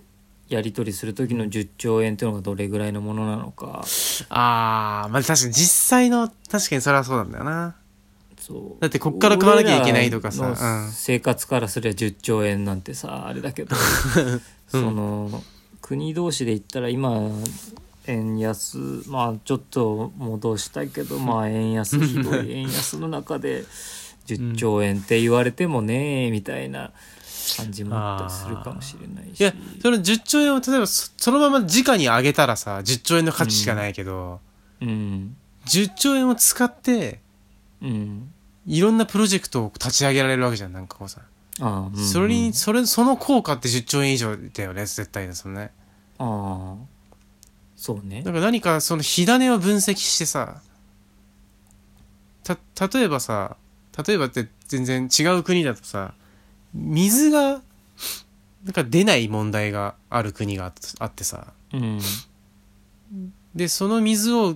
Speaker 2: やり取りする時の10兆円っていうのがどれぐらいのものなのか
Speaker 1: あーまあ確かに実際の確かにそれはそうなんだよな
Speaker 2: そう
Speaker 1: だってこっから買わなきゃいけないとかさ
Speaker 2: 俺らの
Speaker 1: うん
Speaker 2: 生活からすりゃ10兆円なんてさあれだ けど、その国同士で言ったら今円安まあちょっと戻したけどまあ円安ひどい円安の中 で10兆円って言われてもねみたいな感じもあったりするかもしれない
Speaker 1: い
Speaker 2: し
Speaker 1: や、その10兆円を例えばそそのまま直に上げたらさ、10兆円の価値しかないけど、
Speaker 2: うん
Speaker 1: 10兆円を使って、
Speaker 2: うん
Speaker 1: いろんなプロジェクトを立ち上げられるわけじゃん、なんかこうさ。
Speaker 2: ああ
Speaker 1: それに、それ、その効果って10兆円以上だよね、絶対ですよね。
Speaker 2: ああそうね
Speaker 1: だから何かその火種を分析してさ、た、例えばさ、例えばって全然違う国だとさ、水が、なんか出ない問題がある国がああってさ、
Speaker 2: うん
Speaker 1: でその水を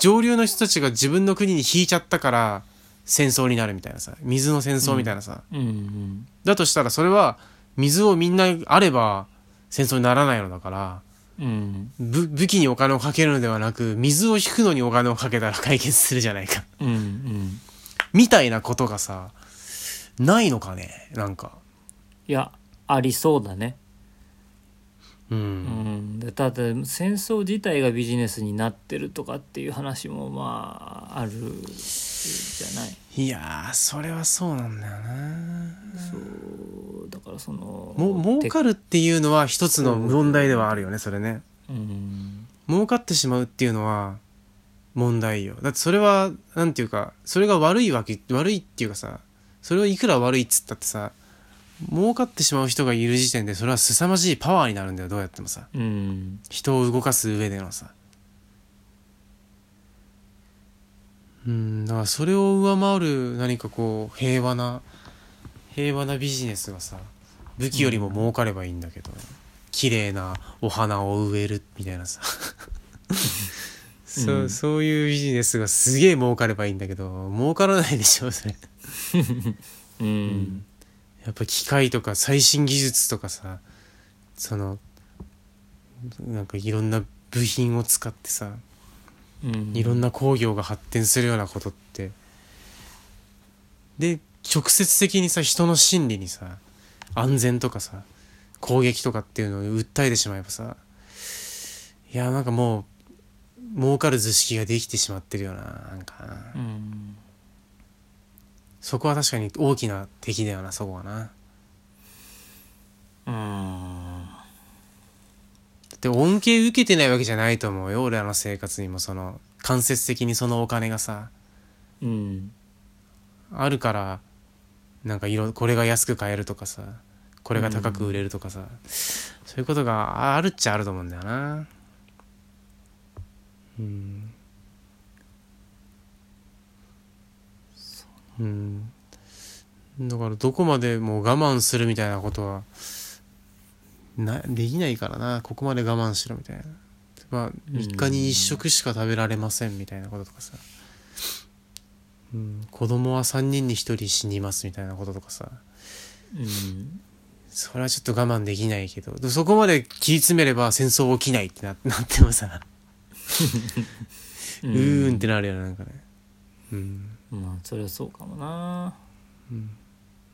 Speaker 1: 上流の人たちが自分の国に引いちゃったから戦争になるみたいなさ水の戦争みたいなさ、
Speaker 2: うんうん
Speaker 1: だとしたらそれは水をみんなあれば戦争にならないのだから
Speaker 2: うん
Speaker 1: ぶ武器にお金をかけるのではなく水を引くのにお金をかけたら解決するじゃないか
Speaker 2: うんうん
Speaker 1: みたいなことがさないのかねなんか
Speaker 2: いやありそうだね、
Speaker 1: うん、
Speaker 2: うん、でただ戦争自体がビジネスになってるとかっていう話もまああるじゃない
Speaker 1: いやーそれはそうなんだよな
Speaker 2: そうだからその
Speaker 1: も儲かるっていうのは一つの問題ではあるよねそれね
Speaker 2: てうん
Speaker 1: 儲かってしまうっていうのは問題よだってそれはなんていうかそれが悪いわけ悪いっていうかさそれをいくら悪いっつったってさ儲かってしまう人がいる時点でそれは凄まじいパワーになるんだよどうやってもさ
Speaker 2: うん
Speaker 1: 人を動かす上でのさうんだからそれを上回る何かこう平和な平和なビジネスがさ武器よりも儲かればいいんだけど、綺麗なお花を植えるみたいなさそう、
Speaker 2: うん
Speaker 1: そういうビジネスがすげえ儲かればいいんだけど儲からないでしょそれ
Speaker 2: うん、
Speaker 1: やっぱ機械とか最新技術とかさそのなんかいろんな部品を使ってさ
Speaker 2: うん
Speaker 1: いろんな工業が発展するようなことってで直接的にさ人の心理にさ安全とかさ攻撃とかっていうのを訴えてしまえばさいやなんかもう儲かる図式ができてしまってるよななんかな
Speaker 2: うん
Speaker 1: そこは確かに大きな敵だよなそこはな。
Speaker 2: うん
Speaker 1: で恩恵受けてないわけじゃないと思うよ俺らの生活にもその間接的にそのお金がさ
Speaker 2: うん
Speaker 1: あるからなんかいろこれが安く買えるとかさこれが高く売れるとかさ、そういうことがああるっちゃあると思うんだよなうんうんだからどこまでも我慢するみたいなことはなできないからなここまで我慢しろみたいな、まあ、3日に1食しか食べられませんみたいなこととかさうん、子供は3人に1人死にますみたいなこととかさ
Speaker 2: うん
Speaker 1: それはちょっと我慢できないけどでもそこまで切り詰めれば戦争起きないってな なってもさ、うーんってなるよねなんかね、うん、
Speaker 2: まあそれはそうか もな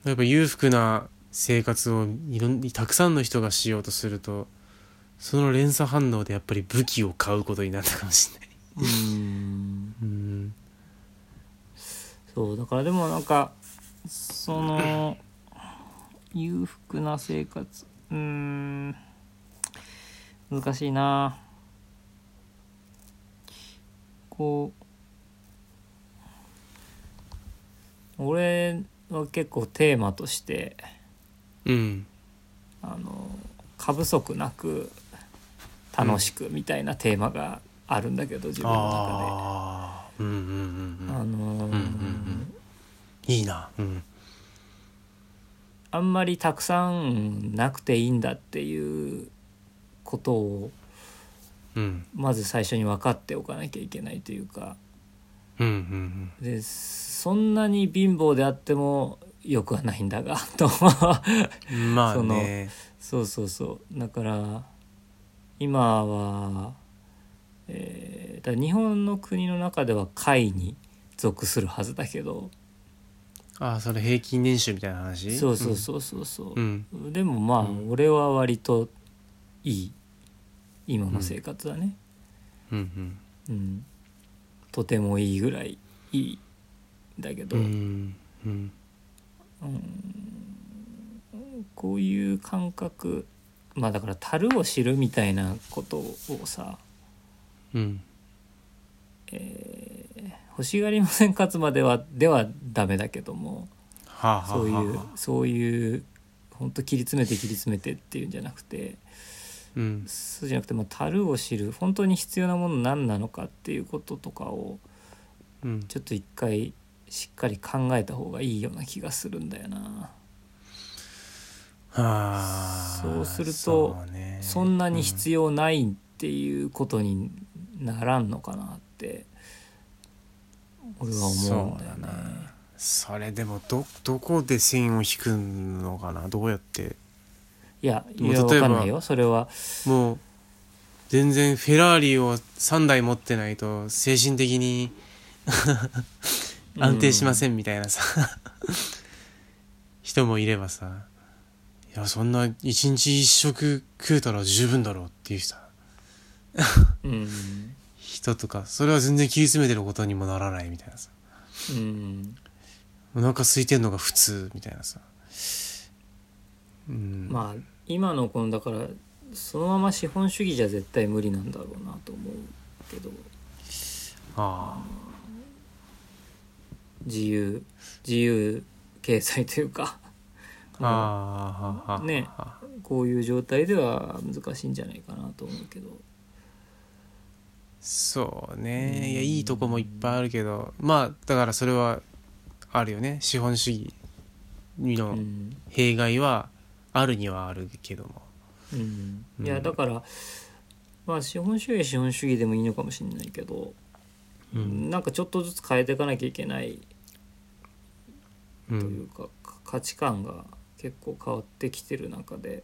Speaker 1: やっぱ裕福な生活をいろんたくさんの人がしようとするとその連鎖反応でやっぱり武器を買うことになったかもしれない、
Speaker 2: うん
Speaker 1: うん、
Speaker 2: そうだからでもなんかその裕福な生活うーん難しいなこう俺は結構テーマとして
Speaker 1: うん
Speaker 2: あの過不足なく楽しくみたいなテーマがあるんだけど、自分の中
Speaker 1: ああうんうん
Speaker 2: で。
Speaker 1: うんう
Speaker 2: あ
Speaker 1: ん
Speaker 2: の
Speaker 1: うんうんうんいいなうん
Speaker 2: あんまりたくさんなくていいんだっていうことを
Speaker 1: うん
Speaker 2: まず最初に分かっておかなきゃいけないというか
Speaker 1: うんうん
Speaker 2: でそんなに貧乏であってもよくはないんだがと
Speaker 1: うんまあ
Speaker 2: その
Speaker 1: ね
Speaker 2: そうそうそうだから今は、えーだから日本の国の中では下位に属するはずだけど
Speaker 1: ああそれ平均年収みたいな話
Speaker 2: そうそうそうそうそう
Speaker 1: う、ん
Speaker 2: でもまあ、
Speaker 1: うん
Speaker 2: 俺は割といい今の生活だね。
Speaker 1: うん
Speaker 2: うん、とてもいいぐらいいいんだけ
Speaker 1: う
Speaker 2: ど、
Speaker 1: んうんうん
Speaker 2: こういう感覚まあだから樽を知るみたいなことをさ
Speaker 1: うん
Speaker 2: 欲しがりませんかつまではではダメだけども
Speaker 1: はあはあ
Speaker 2: そういう
Speaker 1: はあ
Speaker 2: そういう本当切り詰めて切り詰めてっていうんじゃなくて
Speaker 1: うん
Speaker 2: そうじゃなくてもう樽を知る本当に必要なもの何なのかっていうこととかを
Speaker 1: うん
Speaker 2: ちょっと一回しっかり考えた方がいいような気がするんだよな。
Speaker 1: はあ
Speaker 2: そうすると
Speaker 1: そうね
Speaker 2: そんなに必要ないっていうことにならんのかなって俺は思うんだよ
Speaker 1: そう
Speaker 2: ね
Speaker 1: だそれでもどどこで線を引くのかなどうやって
Speaker 2: いやい
Speaker 1: もう
Speaker 2: や
Speaker 1: 例えば
Speaker 2: 分かんないよそれは
Speaker 1: もう全然フェラーリを3台持ってないと精神的に安定しませんみたいなさ、 人もいればさいやそんな一日一食食えたら十分だろうっていうさ
Speaker 2: うん
Speaker 1: 人とかそれは全然切り詰めてることにもならないみたいなさ
Speaker 2: うん
Speaker 1: お腹空いてんのが普通みたいなさうん
Speaker 2: まあ今のこのだからそのまま資本主義じゃ絶対無理なんだろうなと思うけど
Speaker 1: あ
Speaker 2: 自由自由経済というか
Speaker 1: あ
Speaker 2: うん
Speaker 1: ああはあはあ
Speaker 2: ね
Speaker 1: はあ
Speaker 2: こういう状態では難しいんじゃないかなと思うけど
Speaker 1: そうねいやいいとこもいっぱいあるけどまあだからそれはあるよね資本主義
Speaker 2: う
Speaker 1: の
Speaker 2: ん、
Speaker 1: 弊害はあるにはあるけども
Speaker 2: うん、
Speaker 1: うん
Speaker 2: いやだからまあ資本主義は資本主義でもいいのかもしれないけど、
Speaker 1: うん
Speaker 2: なんかちょっとずつ変えていかなきゃいけない
Speaker 1: うん
Speaker 2: というか、か価値観が結構変わってきてる中で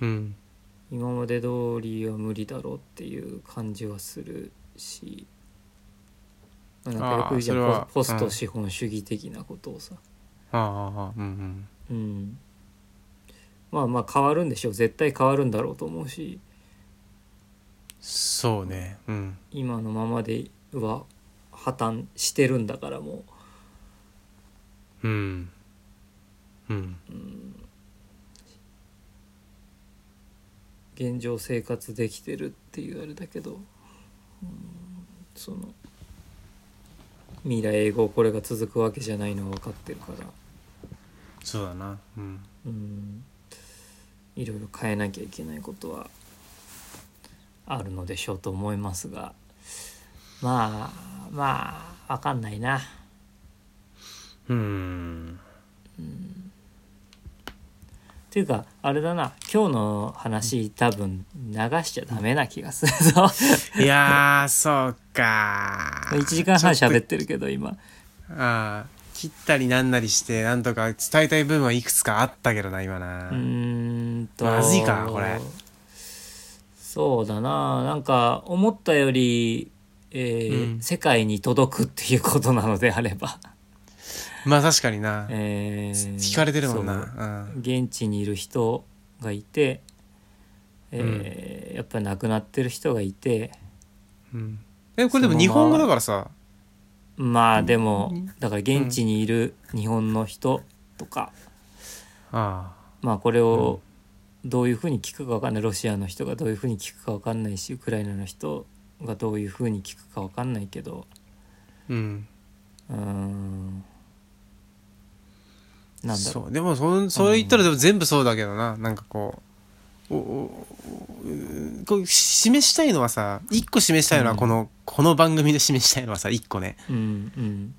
Speaker 1: うん
Speaker 2: 今まで通りは無理だろうっていう感じはするしまあなんかよく言うじゃん
Speaker 1: あーそれは
Speaker 2: ポポス
Speaker 1: う
Speaker 2: ト
Speaker 1: ん
Speaker 2: 資本主義的なことをさ、
Speaker 1: ああああうん
Speaker 2: うん、まあまあ変わるんでしょう絶対変わるんだろうと思うし
Speaker 1: そうねうん
Speaker 2: 今のままでは破綻してるんだからも
Speaker 1: うんうん
Speaker 2: う現状生活できてるっていうあれだけど、うん、その未来永劫これが続くわけじゃないのは分かってるから、
Speaker 1: そうだなうん
Speaker 2: うん、いろいろ変えなきゃいけないことはあるのでしょうと思いますがまあまあ分かんないな。
Speaker 1: うん
Speaker 2: っていうかあれだな今日の話多分流しちゃダメな気がするぞ
Speaker 1: い やーそうか
Speaker 2: 1時間半
Speaker 1: ちょっと
Speaker 2: 喋ってるけど今
Speaker 1: ああ切ったりなんなりしてなんとか伝えたい部分はいくつかあったけどな今な
Speaker 2: うーんと
Speaker 1: まずいかこれ
Speaker 2: そうだななんか思ったより、えー
Speaker 1: うん
Speaker 2: 世界に届くっていうことなのであれば、
Speaker 1: まあ確かにな
Speaker 2: えー
Speaker 1: 聞かれてるもん
Speaker 2: そう
Speaker 1: なうん
Speaker 2: 現地にいる人がいて、えーやっぱり亡くなってる人がいて
Speaker 1: うんえこれでも日本語だからさ
Speaker 2: まあでも
Speaker 1: うん
Speaker 2: だから現地にいる日本の人とか、
Speaker 1: ああ
Speaker 2: まあこれをどういうふうに聞くか分かんないロシアの人がどういうふうに聞くか分かんないしウクライナの人がどういうふうに聞くか分かんないけど
Speaker 1: うん
Speaker 2: うーんなんだろ
Speaker 1: そうでもそんそれ言ったらでも全部そうだけどな、なんかこうおおおうんこう示したいのはさ一個示したいのはこの、この番組で示したいのはさ一個ね
Speaker 2: ううん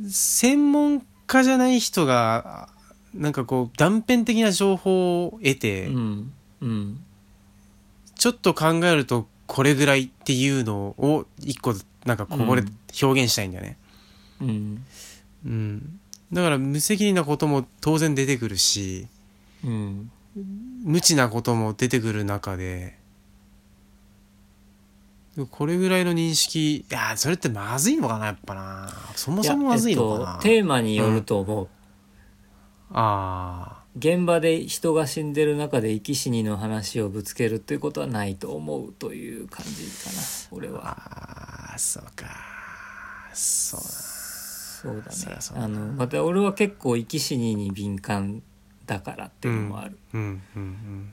Speaker 2: うん
Speaker 1: 専門家じゃない人があなんかこう断片的な情報を得て、
Speaker 2: うんうん
Speaker 1: ちょっと考えるとこれぐらいっていうのを一個なんかこぼれ、
Speaker 2: うん
Speaker 1: 表現したいんだよね、
Speaker 2: うん
Speaker 1: うん、だから無責任なことも当然出てくるし
Speaker 2: うん
Speaker 1: 無知なことも出てくる中でこれぐらいの認識いやーそれってまずいのかなやっぱなそもそもまずいのか
Speaker 2: や
Speaker 1: な
Speaker 2: えっと、テーマによると思う、
Speaker 1: あ
Speaker 2: 現場で人が死んでる中で生き死にの話をぶつけるということはないと思うという感じかな俺
Speaker 1: ー
Speaker 2: は
Speaker 1: あーそうかそう
Speaker 2: そうだ
Speaker 1: そり
Speaker 2: ね
Speaker 1: ゃそうだな
Speaker 2: あのまた俺は結構生き死にに敏感だからっていうのもある、
Speaker 1: だうんうん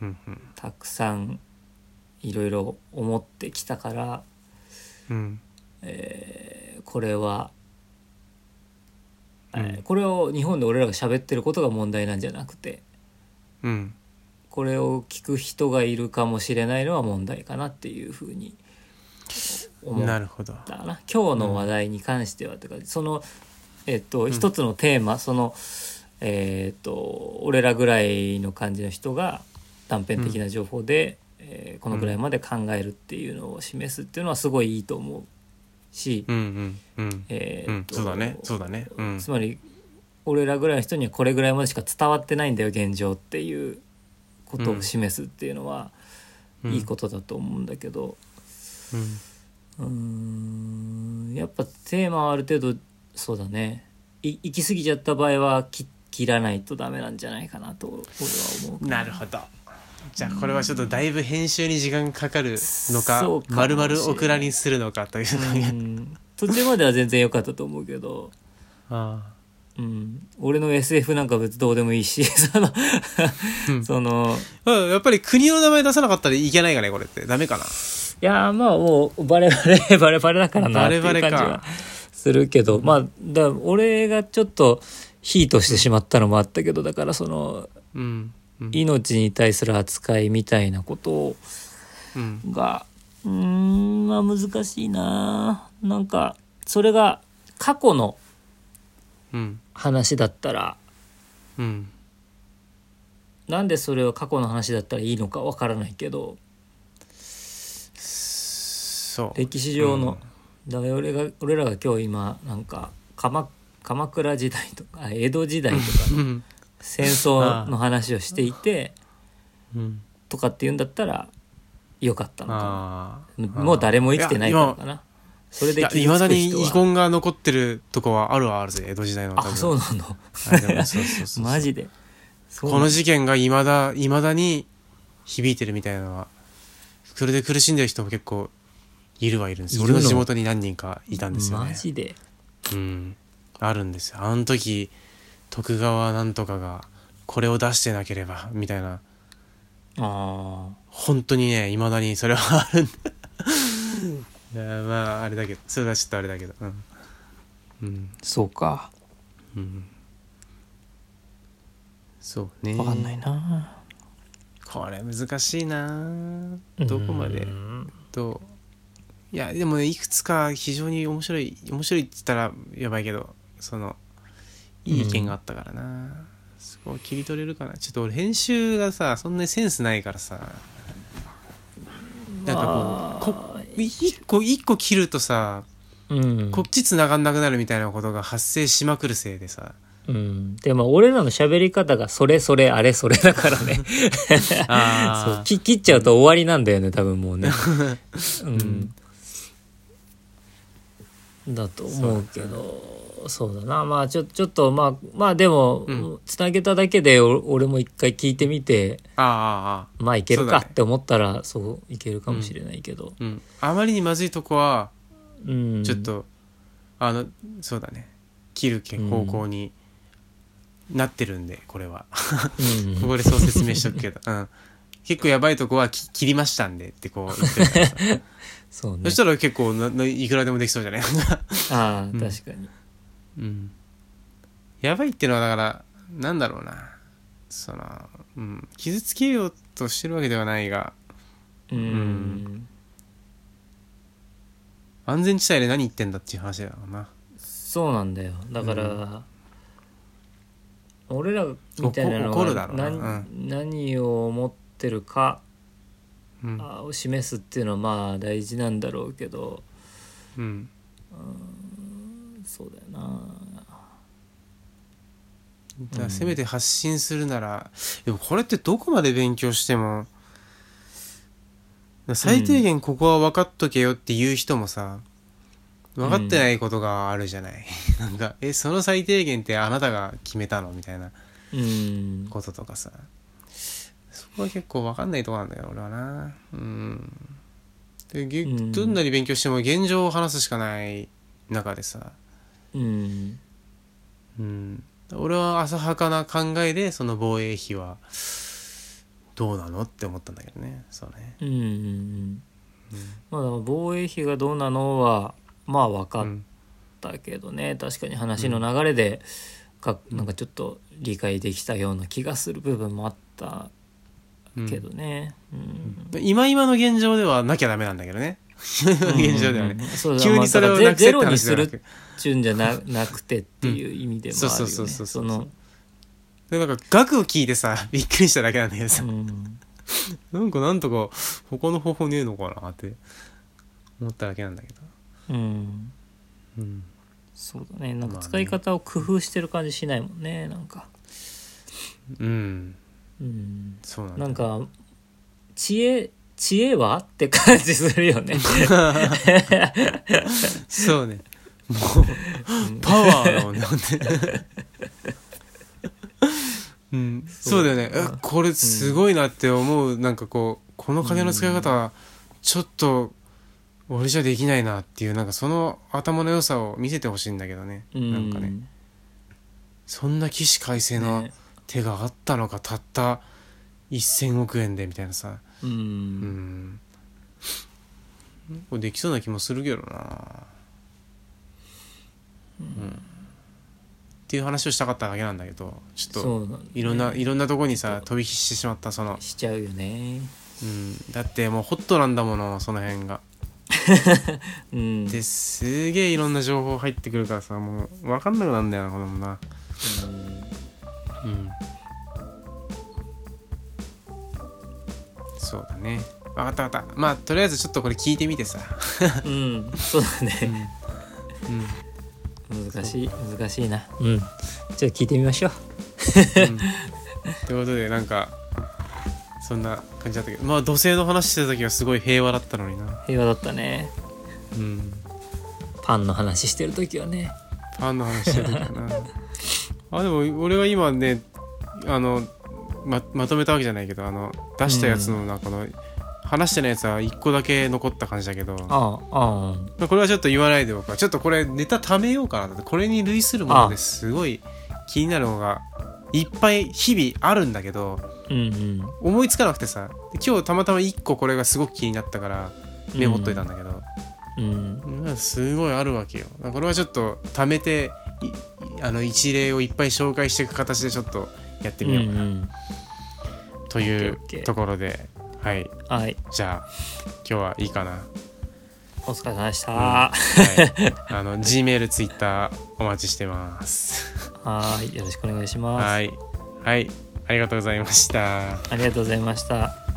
Speaker 1: うんうんうん
Speaker 2: たくさんいろいろ思ってきたから
Speaker 1: うん
Speaker 2: これは、
Speaker 1: うん
Speaker 2: えーこれを日本で俺らが喋ってることが問題なんじゃなくて
Speaker 1: うん
Speaker 2: これを聞く人がいるかもしれないのは問題かなっていうふうに思った
Speaker 1: なるほど
Speaker 2: だな今日の話題に関してはとか、そのえっと一つのテーマ、そのえっと俺らぐらいの感じの人が断片的な情報で、えーこのぐらいまで考えるっていうのを示すっていうのはすごいいいと思うし、
Speaker 1: うんうんうん
Speaker 2: え
Speaker 1: う
Speaker 2: ーっ
Speaker 1: ん
Speaker 2: と
Speaker 1: そうだねそうだねうん
Speaker 2: つまり俺らぐらいの人にはこれぐらいまでしか伝わってないんだよ現状っていうことを示すっていうのは、
Speaker 1: うん
Speaker 2: いいことだと思うんだけど。
Speaker 1: うん
Speaker 2: うーんやっぱテーマはある程度そうだねい行き過ぎちゃった場合は切切らないとダメなんじゃないかなと俺は思う
Speaker 1: なるほどじゃあこれはちょっとだいぶ編集に時間かかるのか
Speaker 2: そうかもし
Speaker 1: 丸
Speaker 2: れない
Speaker 1: 々オクラにするのかという
Speaker 2: うん途中までは全然良かったと思うけど、
Speaker 1: あ
Speaker 2: うん、俺の SF なんか別にどうでもいいし その
Speaker 1: うん
Speaker 2: その
Speaker 1: あうんやっぱり国の名前出さなかったらいけないかねこれってダメかない
Speaker 2: やまあもうバレバレ バレバレだからなっていう
Speaker 1: バレ
Speaker 2: 感
Speaker 1: バレ
Speaker 2: じ
Speaker 1: か
Speaker 2: はするけどまあだ俺がちょっと非としてしまったのもあったけどだからその
Speaker 1: うんうん
Speaker 2: 命に対する扱いみたいなこと
Speaker 1: うん
Speaker 2: がうーんまあ難しいななんかそれが過去の
Speaker 1: うん
Speaker 2: 話だったら
Speaker 1: うん
Speaker 2: なんでそれは過去の話だったらいいのかわからないけど
Speaker 1: そう
Speaker 2: 歴史上の、だから俺が俺らが今日今なんか鎌鎌倉時代とかあ江戸時代と か
Speaker 1: うん
Speaker 2: 戦争の話をしていて
Speaker 1: うん
Speaker 2: とかって言うんだったらよかったのか
Speaker 1: ああ
Speaker 2: なもう誰も生きてないからかなそれ
Speaker 1: い
Speaker 2: で
Speaker 1: や
Speaker 2: 傷
Speaker 1: いま
Speaker 2: つ
Speaker 1: だ
Speaker 2: く
Speaker 1: に
Speaker 2: 人
Speaker 1: 遺
Speaker 2: は
Speaker 1: 恨が残ってるとこはあるはあるぜ江戸時代の多
Speaker 2: あ
Speaker 1: 分
Speaker 2: そうなの
Speaker 1: あでもそうそうそうそう
Speaker 2: マジでそうな
Speaker 1: この事件がいまだいまだに響いてるみたいなのはそれで苦しんでる人も結構いるはいるんですよ
Speaker 2: い
Speaker 1: 俺
Speaker 2: るの
Speaker 1: の地元に何人かいたんですよね
Speaker 2: マジで
Speaker 1: うんあるんですよあの時徳川なんとかがこれを出してなければみたいな
Speaker 2: ああ
Speaker 1: 本当にねいまだにそれはあるんだいや まああれだけどそれはちょっとあれだけどうんうん、
Speaker 2: そうか
Speaker 1: うん、そうね
Speaker 2: わかんないな
Speaker 1: これ難しいなどこまで
Speaker 2: うん
Speaker 1: といやでもねいくつか非常に面白い面白いって言ったらやばいけどそのいい意見があったからな、そこを切り取れるかなちょっと俺編集がさそんなにセンスないからさなんかこうこい一個一個切るとさ
Speaker 2: うん
Speaker 1: こっち繋がんなくなるみたいなことが発生しまくるせいで さ
Speaker 2: うんでも俺らの喋り方がそれそれあれそれだからね そう
Speaker 1: あ
Speaker 2: き切っちゃうと終わりなんだよね多分もうね、うんだと思うけどそうだなまあちょちょっとまあまあでも、
Speaker 1: うん
Speaker 2: つなげただけでお俺も一回聞いてみて
Speaker 1: あああ
Speaker 2: まあいける
Speaker 1: そうだ
Speaker 2: か
Speaker 1: ね
Speaker 2: って思ったらそう,、いけるかもしれないけど、
Speaker 1: うんあまりにまずいとこは
Speaker 2: うん、
Speaker 1: ちょっと、あのそうだね切るけ方向になってるんで、これは
Speaker 2: う ん、
Speaker 1: ここでそう説明しとくけど、うん、結構やばいとこはき切りましたんでってこう言って るからさ
Speaker 2: そうね
Speaker 1: そしたら結構なないくらでもできそうじゃない、
Speaker 2: ああ
Speaker 1: ん
Speaker 2: 確かに、
Speaker 1: うん、やばいってのはだからなんだろうなその、うん、傷つけようとしてるわけではないが
Speaker 2: うん
Speaker 1: ん安全地帯で何言ってんだっていう話だろうな
Speaker 2: そうなんだよだから、俺らみたいなの
Speaker 1: 怒怒るだろうな
Speaker 2: 何
Speaker 1: う
Speaker 2: 何を思ってるか
Speaker 1: うん、
Speaker 2: あを示すっていうのはまあ大事なんだろうけど
Speaker 1: うん、
Speaker 2: そうだよな
Speaker 1: だからせめて発信するなら、でもこれってどこまで勉強しても最低限ここは分かっとけよっていう人もさ分かってないことがあるじゃない、 なんかえその最低限ってあなたが決めたのみたいな
Speaker 2: うん
Speaker 1: こととかさそこは結構分かんないとこなんだよ俺はなうんでげ
Speaker 2: うん
Speaker 1: どんなに勉強しても現状を話すしかない中でさ
Speaker 2: うん
Speaker 1: うん、俺は浅はかな考えでその防衛費はどうなのって思ったんだけどねそうね
Speaker 2: うんうんまあ防衛費がどうなのはまあ分か
Speaker 1: う
Speaker 2: っ
Speaker 1: ん
Speaker 2: たけどね、確かに話の流れでかなんかちょっと理解できたような気がする部分もあった
Speaker 1: うん
Speaker 2: けどね、うん、
Speaker 1: 今今の現状ではなきゃダメなんだけどね現状ではね、
Speaker 2: そう だ
Speaker 1: 急にそれを
Speaker 2: まあ
Speaker 1: な
Speaker 2: だから
Speaker 1: くせって
Speaker 2: ゼロに
Speaker 1: 話じゃな
Speaker 2: する
Speaker 1: くて
Speaker 2: っちゅうんじゃななくてっていう意味でもあ
Speaker 1: そう
Speaker 2: るよ
Speaker 1: そう
Speaker 2: ね
Speaker 1: そうそう
Speaker 2: そ
Speaker 1: そう
Speaker 2: の
Speaker 1: でなんか額を聞いて さびっくりしただけなんだけど
Speaker 2: う
Speaker 1: さ、
Speaker 2: ん
Speaker 1: なんかなんとか他の方法ねえのかなって思っただけなんだけど、
Speaker 2: うん
Speaker 1: うん、
Speaker 2: そうだねなん
Speaker 1: ま
Speaker 2: か
Speaker 1: あね
Speaker 2: 使い方を工夫してる感じしないもんねなんか
Speaker 1: うん
Speaker 2: うん
Speaker 1: そうなんだ
Speaker 2: なんか知恵知恵はって感じする よね
Speaker 1: そうねもうパワーだ もんねほんでうん、そうだよねえこれすごいなって思う、なんかこうこの金の使い方はちょっと俺じゃできないなっていうなんかその頭の良さを見せてほしいんだけどね、
Speaker 2: う
Speaker 1: なんかねそんな起死回生の
Speaker 2: ね
Speaker 1: 手があったのかたった1,000億円でみたいなさ
Speaker 2: う
Speaker 1: うんんこれできそうな気もするけどなっていう話をしたかっただけなんだけどちょっと
Speaker 2: そうなん
Speaker 1: いろんないろんなとこにさ飛び火してしまったその、
Speaker 2: しちゃうよね
Speaker 1: うん、だってもうホットなんだものその辺が
Speaker 2: うん
Speaker 1: ですげえいろんな情報入ってくるからさもう分かんなくなんだよなこれもなうんそうだね分かった分かったまあとりあえずちょっとこれ聞いてみてさ
Speaker 2: うん、うん、そうだね
Speaker 1: うん、うん
Speaker 2: 難しい難しいなうんじゃあ聞いてみましょう
Speaker 1: って ことでなんかそんな感じだったけどまあ土星の話してた時はすごい平和だったのにな
Speaker 2: 平和だったね
Speaker 1: うん
Speaker 2: パンの話してる時はね
Speaker 1: パンの話してた時かなあでも俺は今ねあのままとめたわけじゃないけどあの出したやつのなこの、話してないやつは1個だけ残った感じだけどま
Speaker 2: ああああ
Speaker 1: あこれはちょっと言わないでおこうちょっとこれネタ貯めようかなだってこれに類するもの
Speaker 2: あ
Speaker 1: ですごい気になるのがいっぱい日々あるんだけど
Speaker 2: うんうん
Speaker 1: 思いつかなくてさで今日たまたま1個これがすごく気になったからメモっといたんだけど、
Speaker 2: うん
Speaker 1: うんすごいあるわけよこれはちょっと貯めていいあの一例をいっぱい紹介していく形でちょっとやってみようかな、
Speaker 2: ん
Speaker 1: という
Speaker 2: オッケーオッケー
Speaker 1: ところではい
Speaker 2: うん、はい
Speaker 1: じゃあ今日はいいかな、は、
Speaker 2: お疲れ様でした、はい
Speaker 1: あの G メールツイッターお待ちしてます
Speaker 2: ーいよろしくお願いします
Speaker 1: はいはいありがとうございました
Speaker 2: ありがとうございました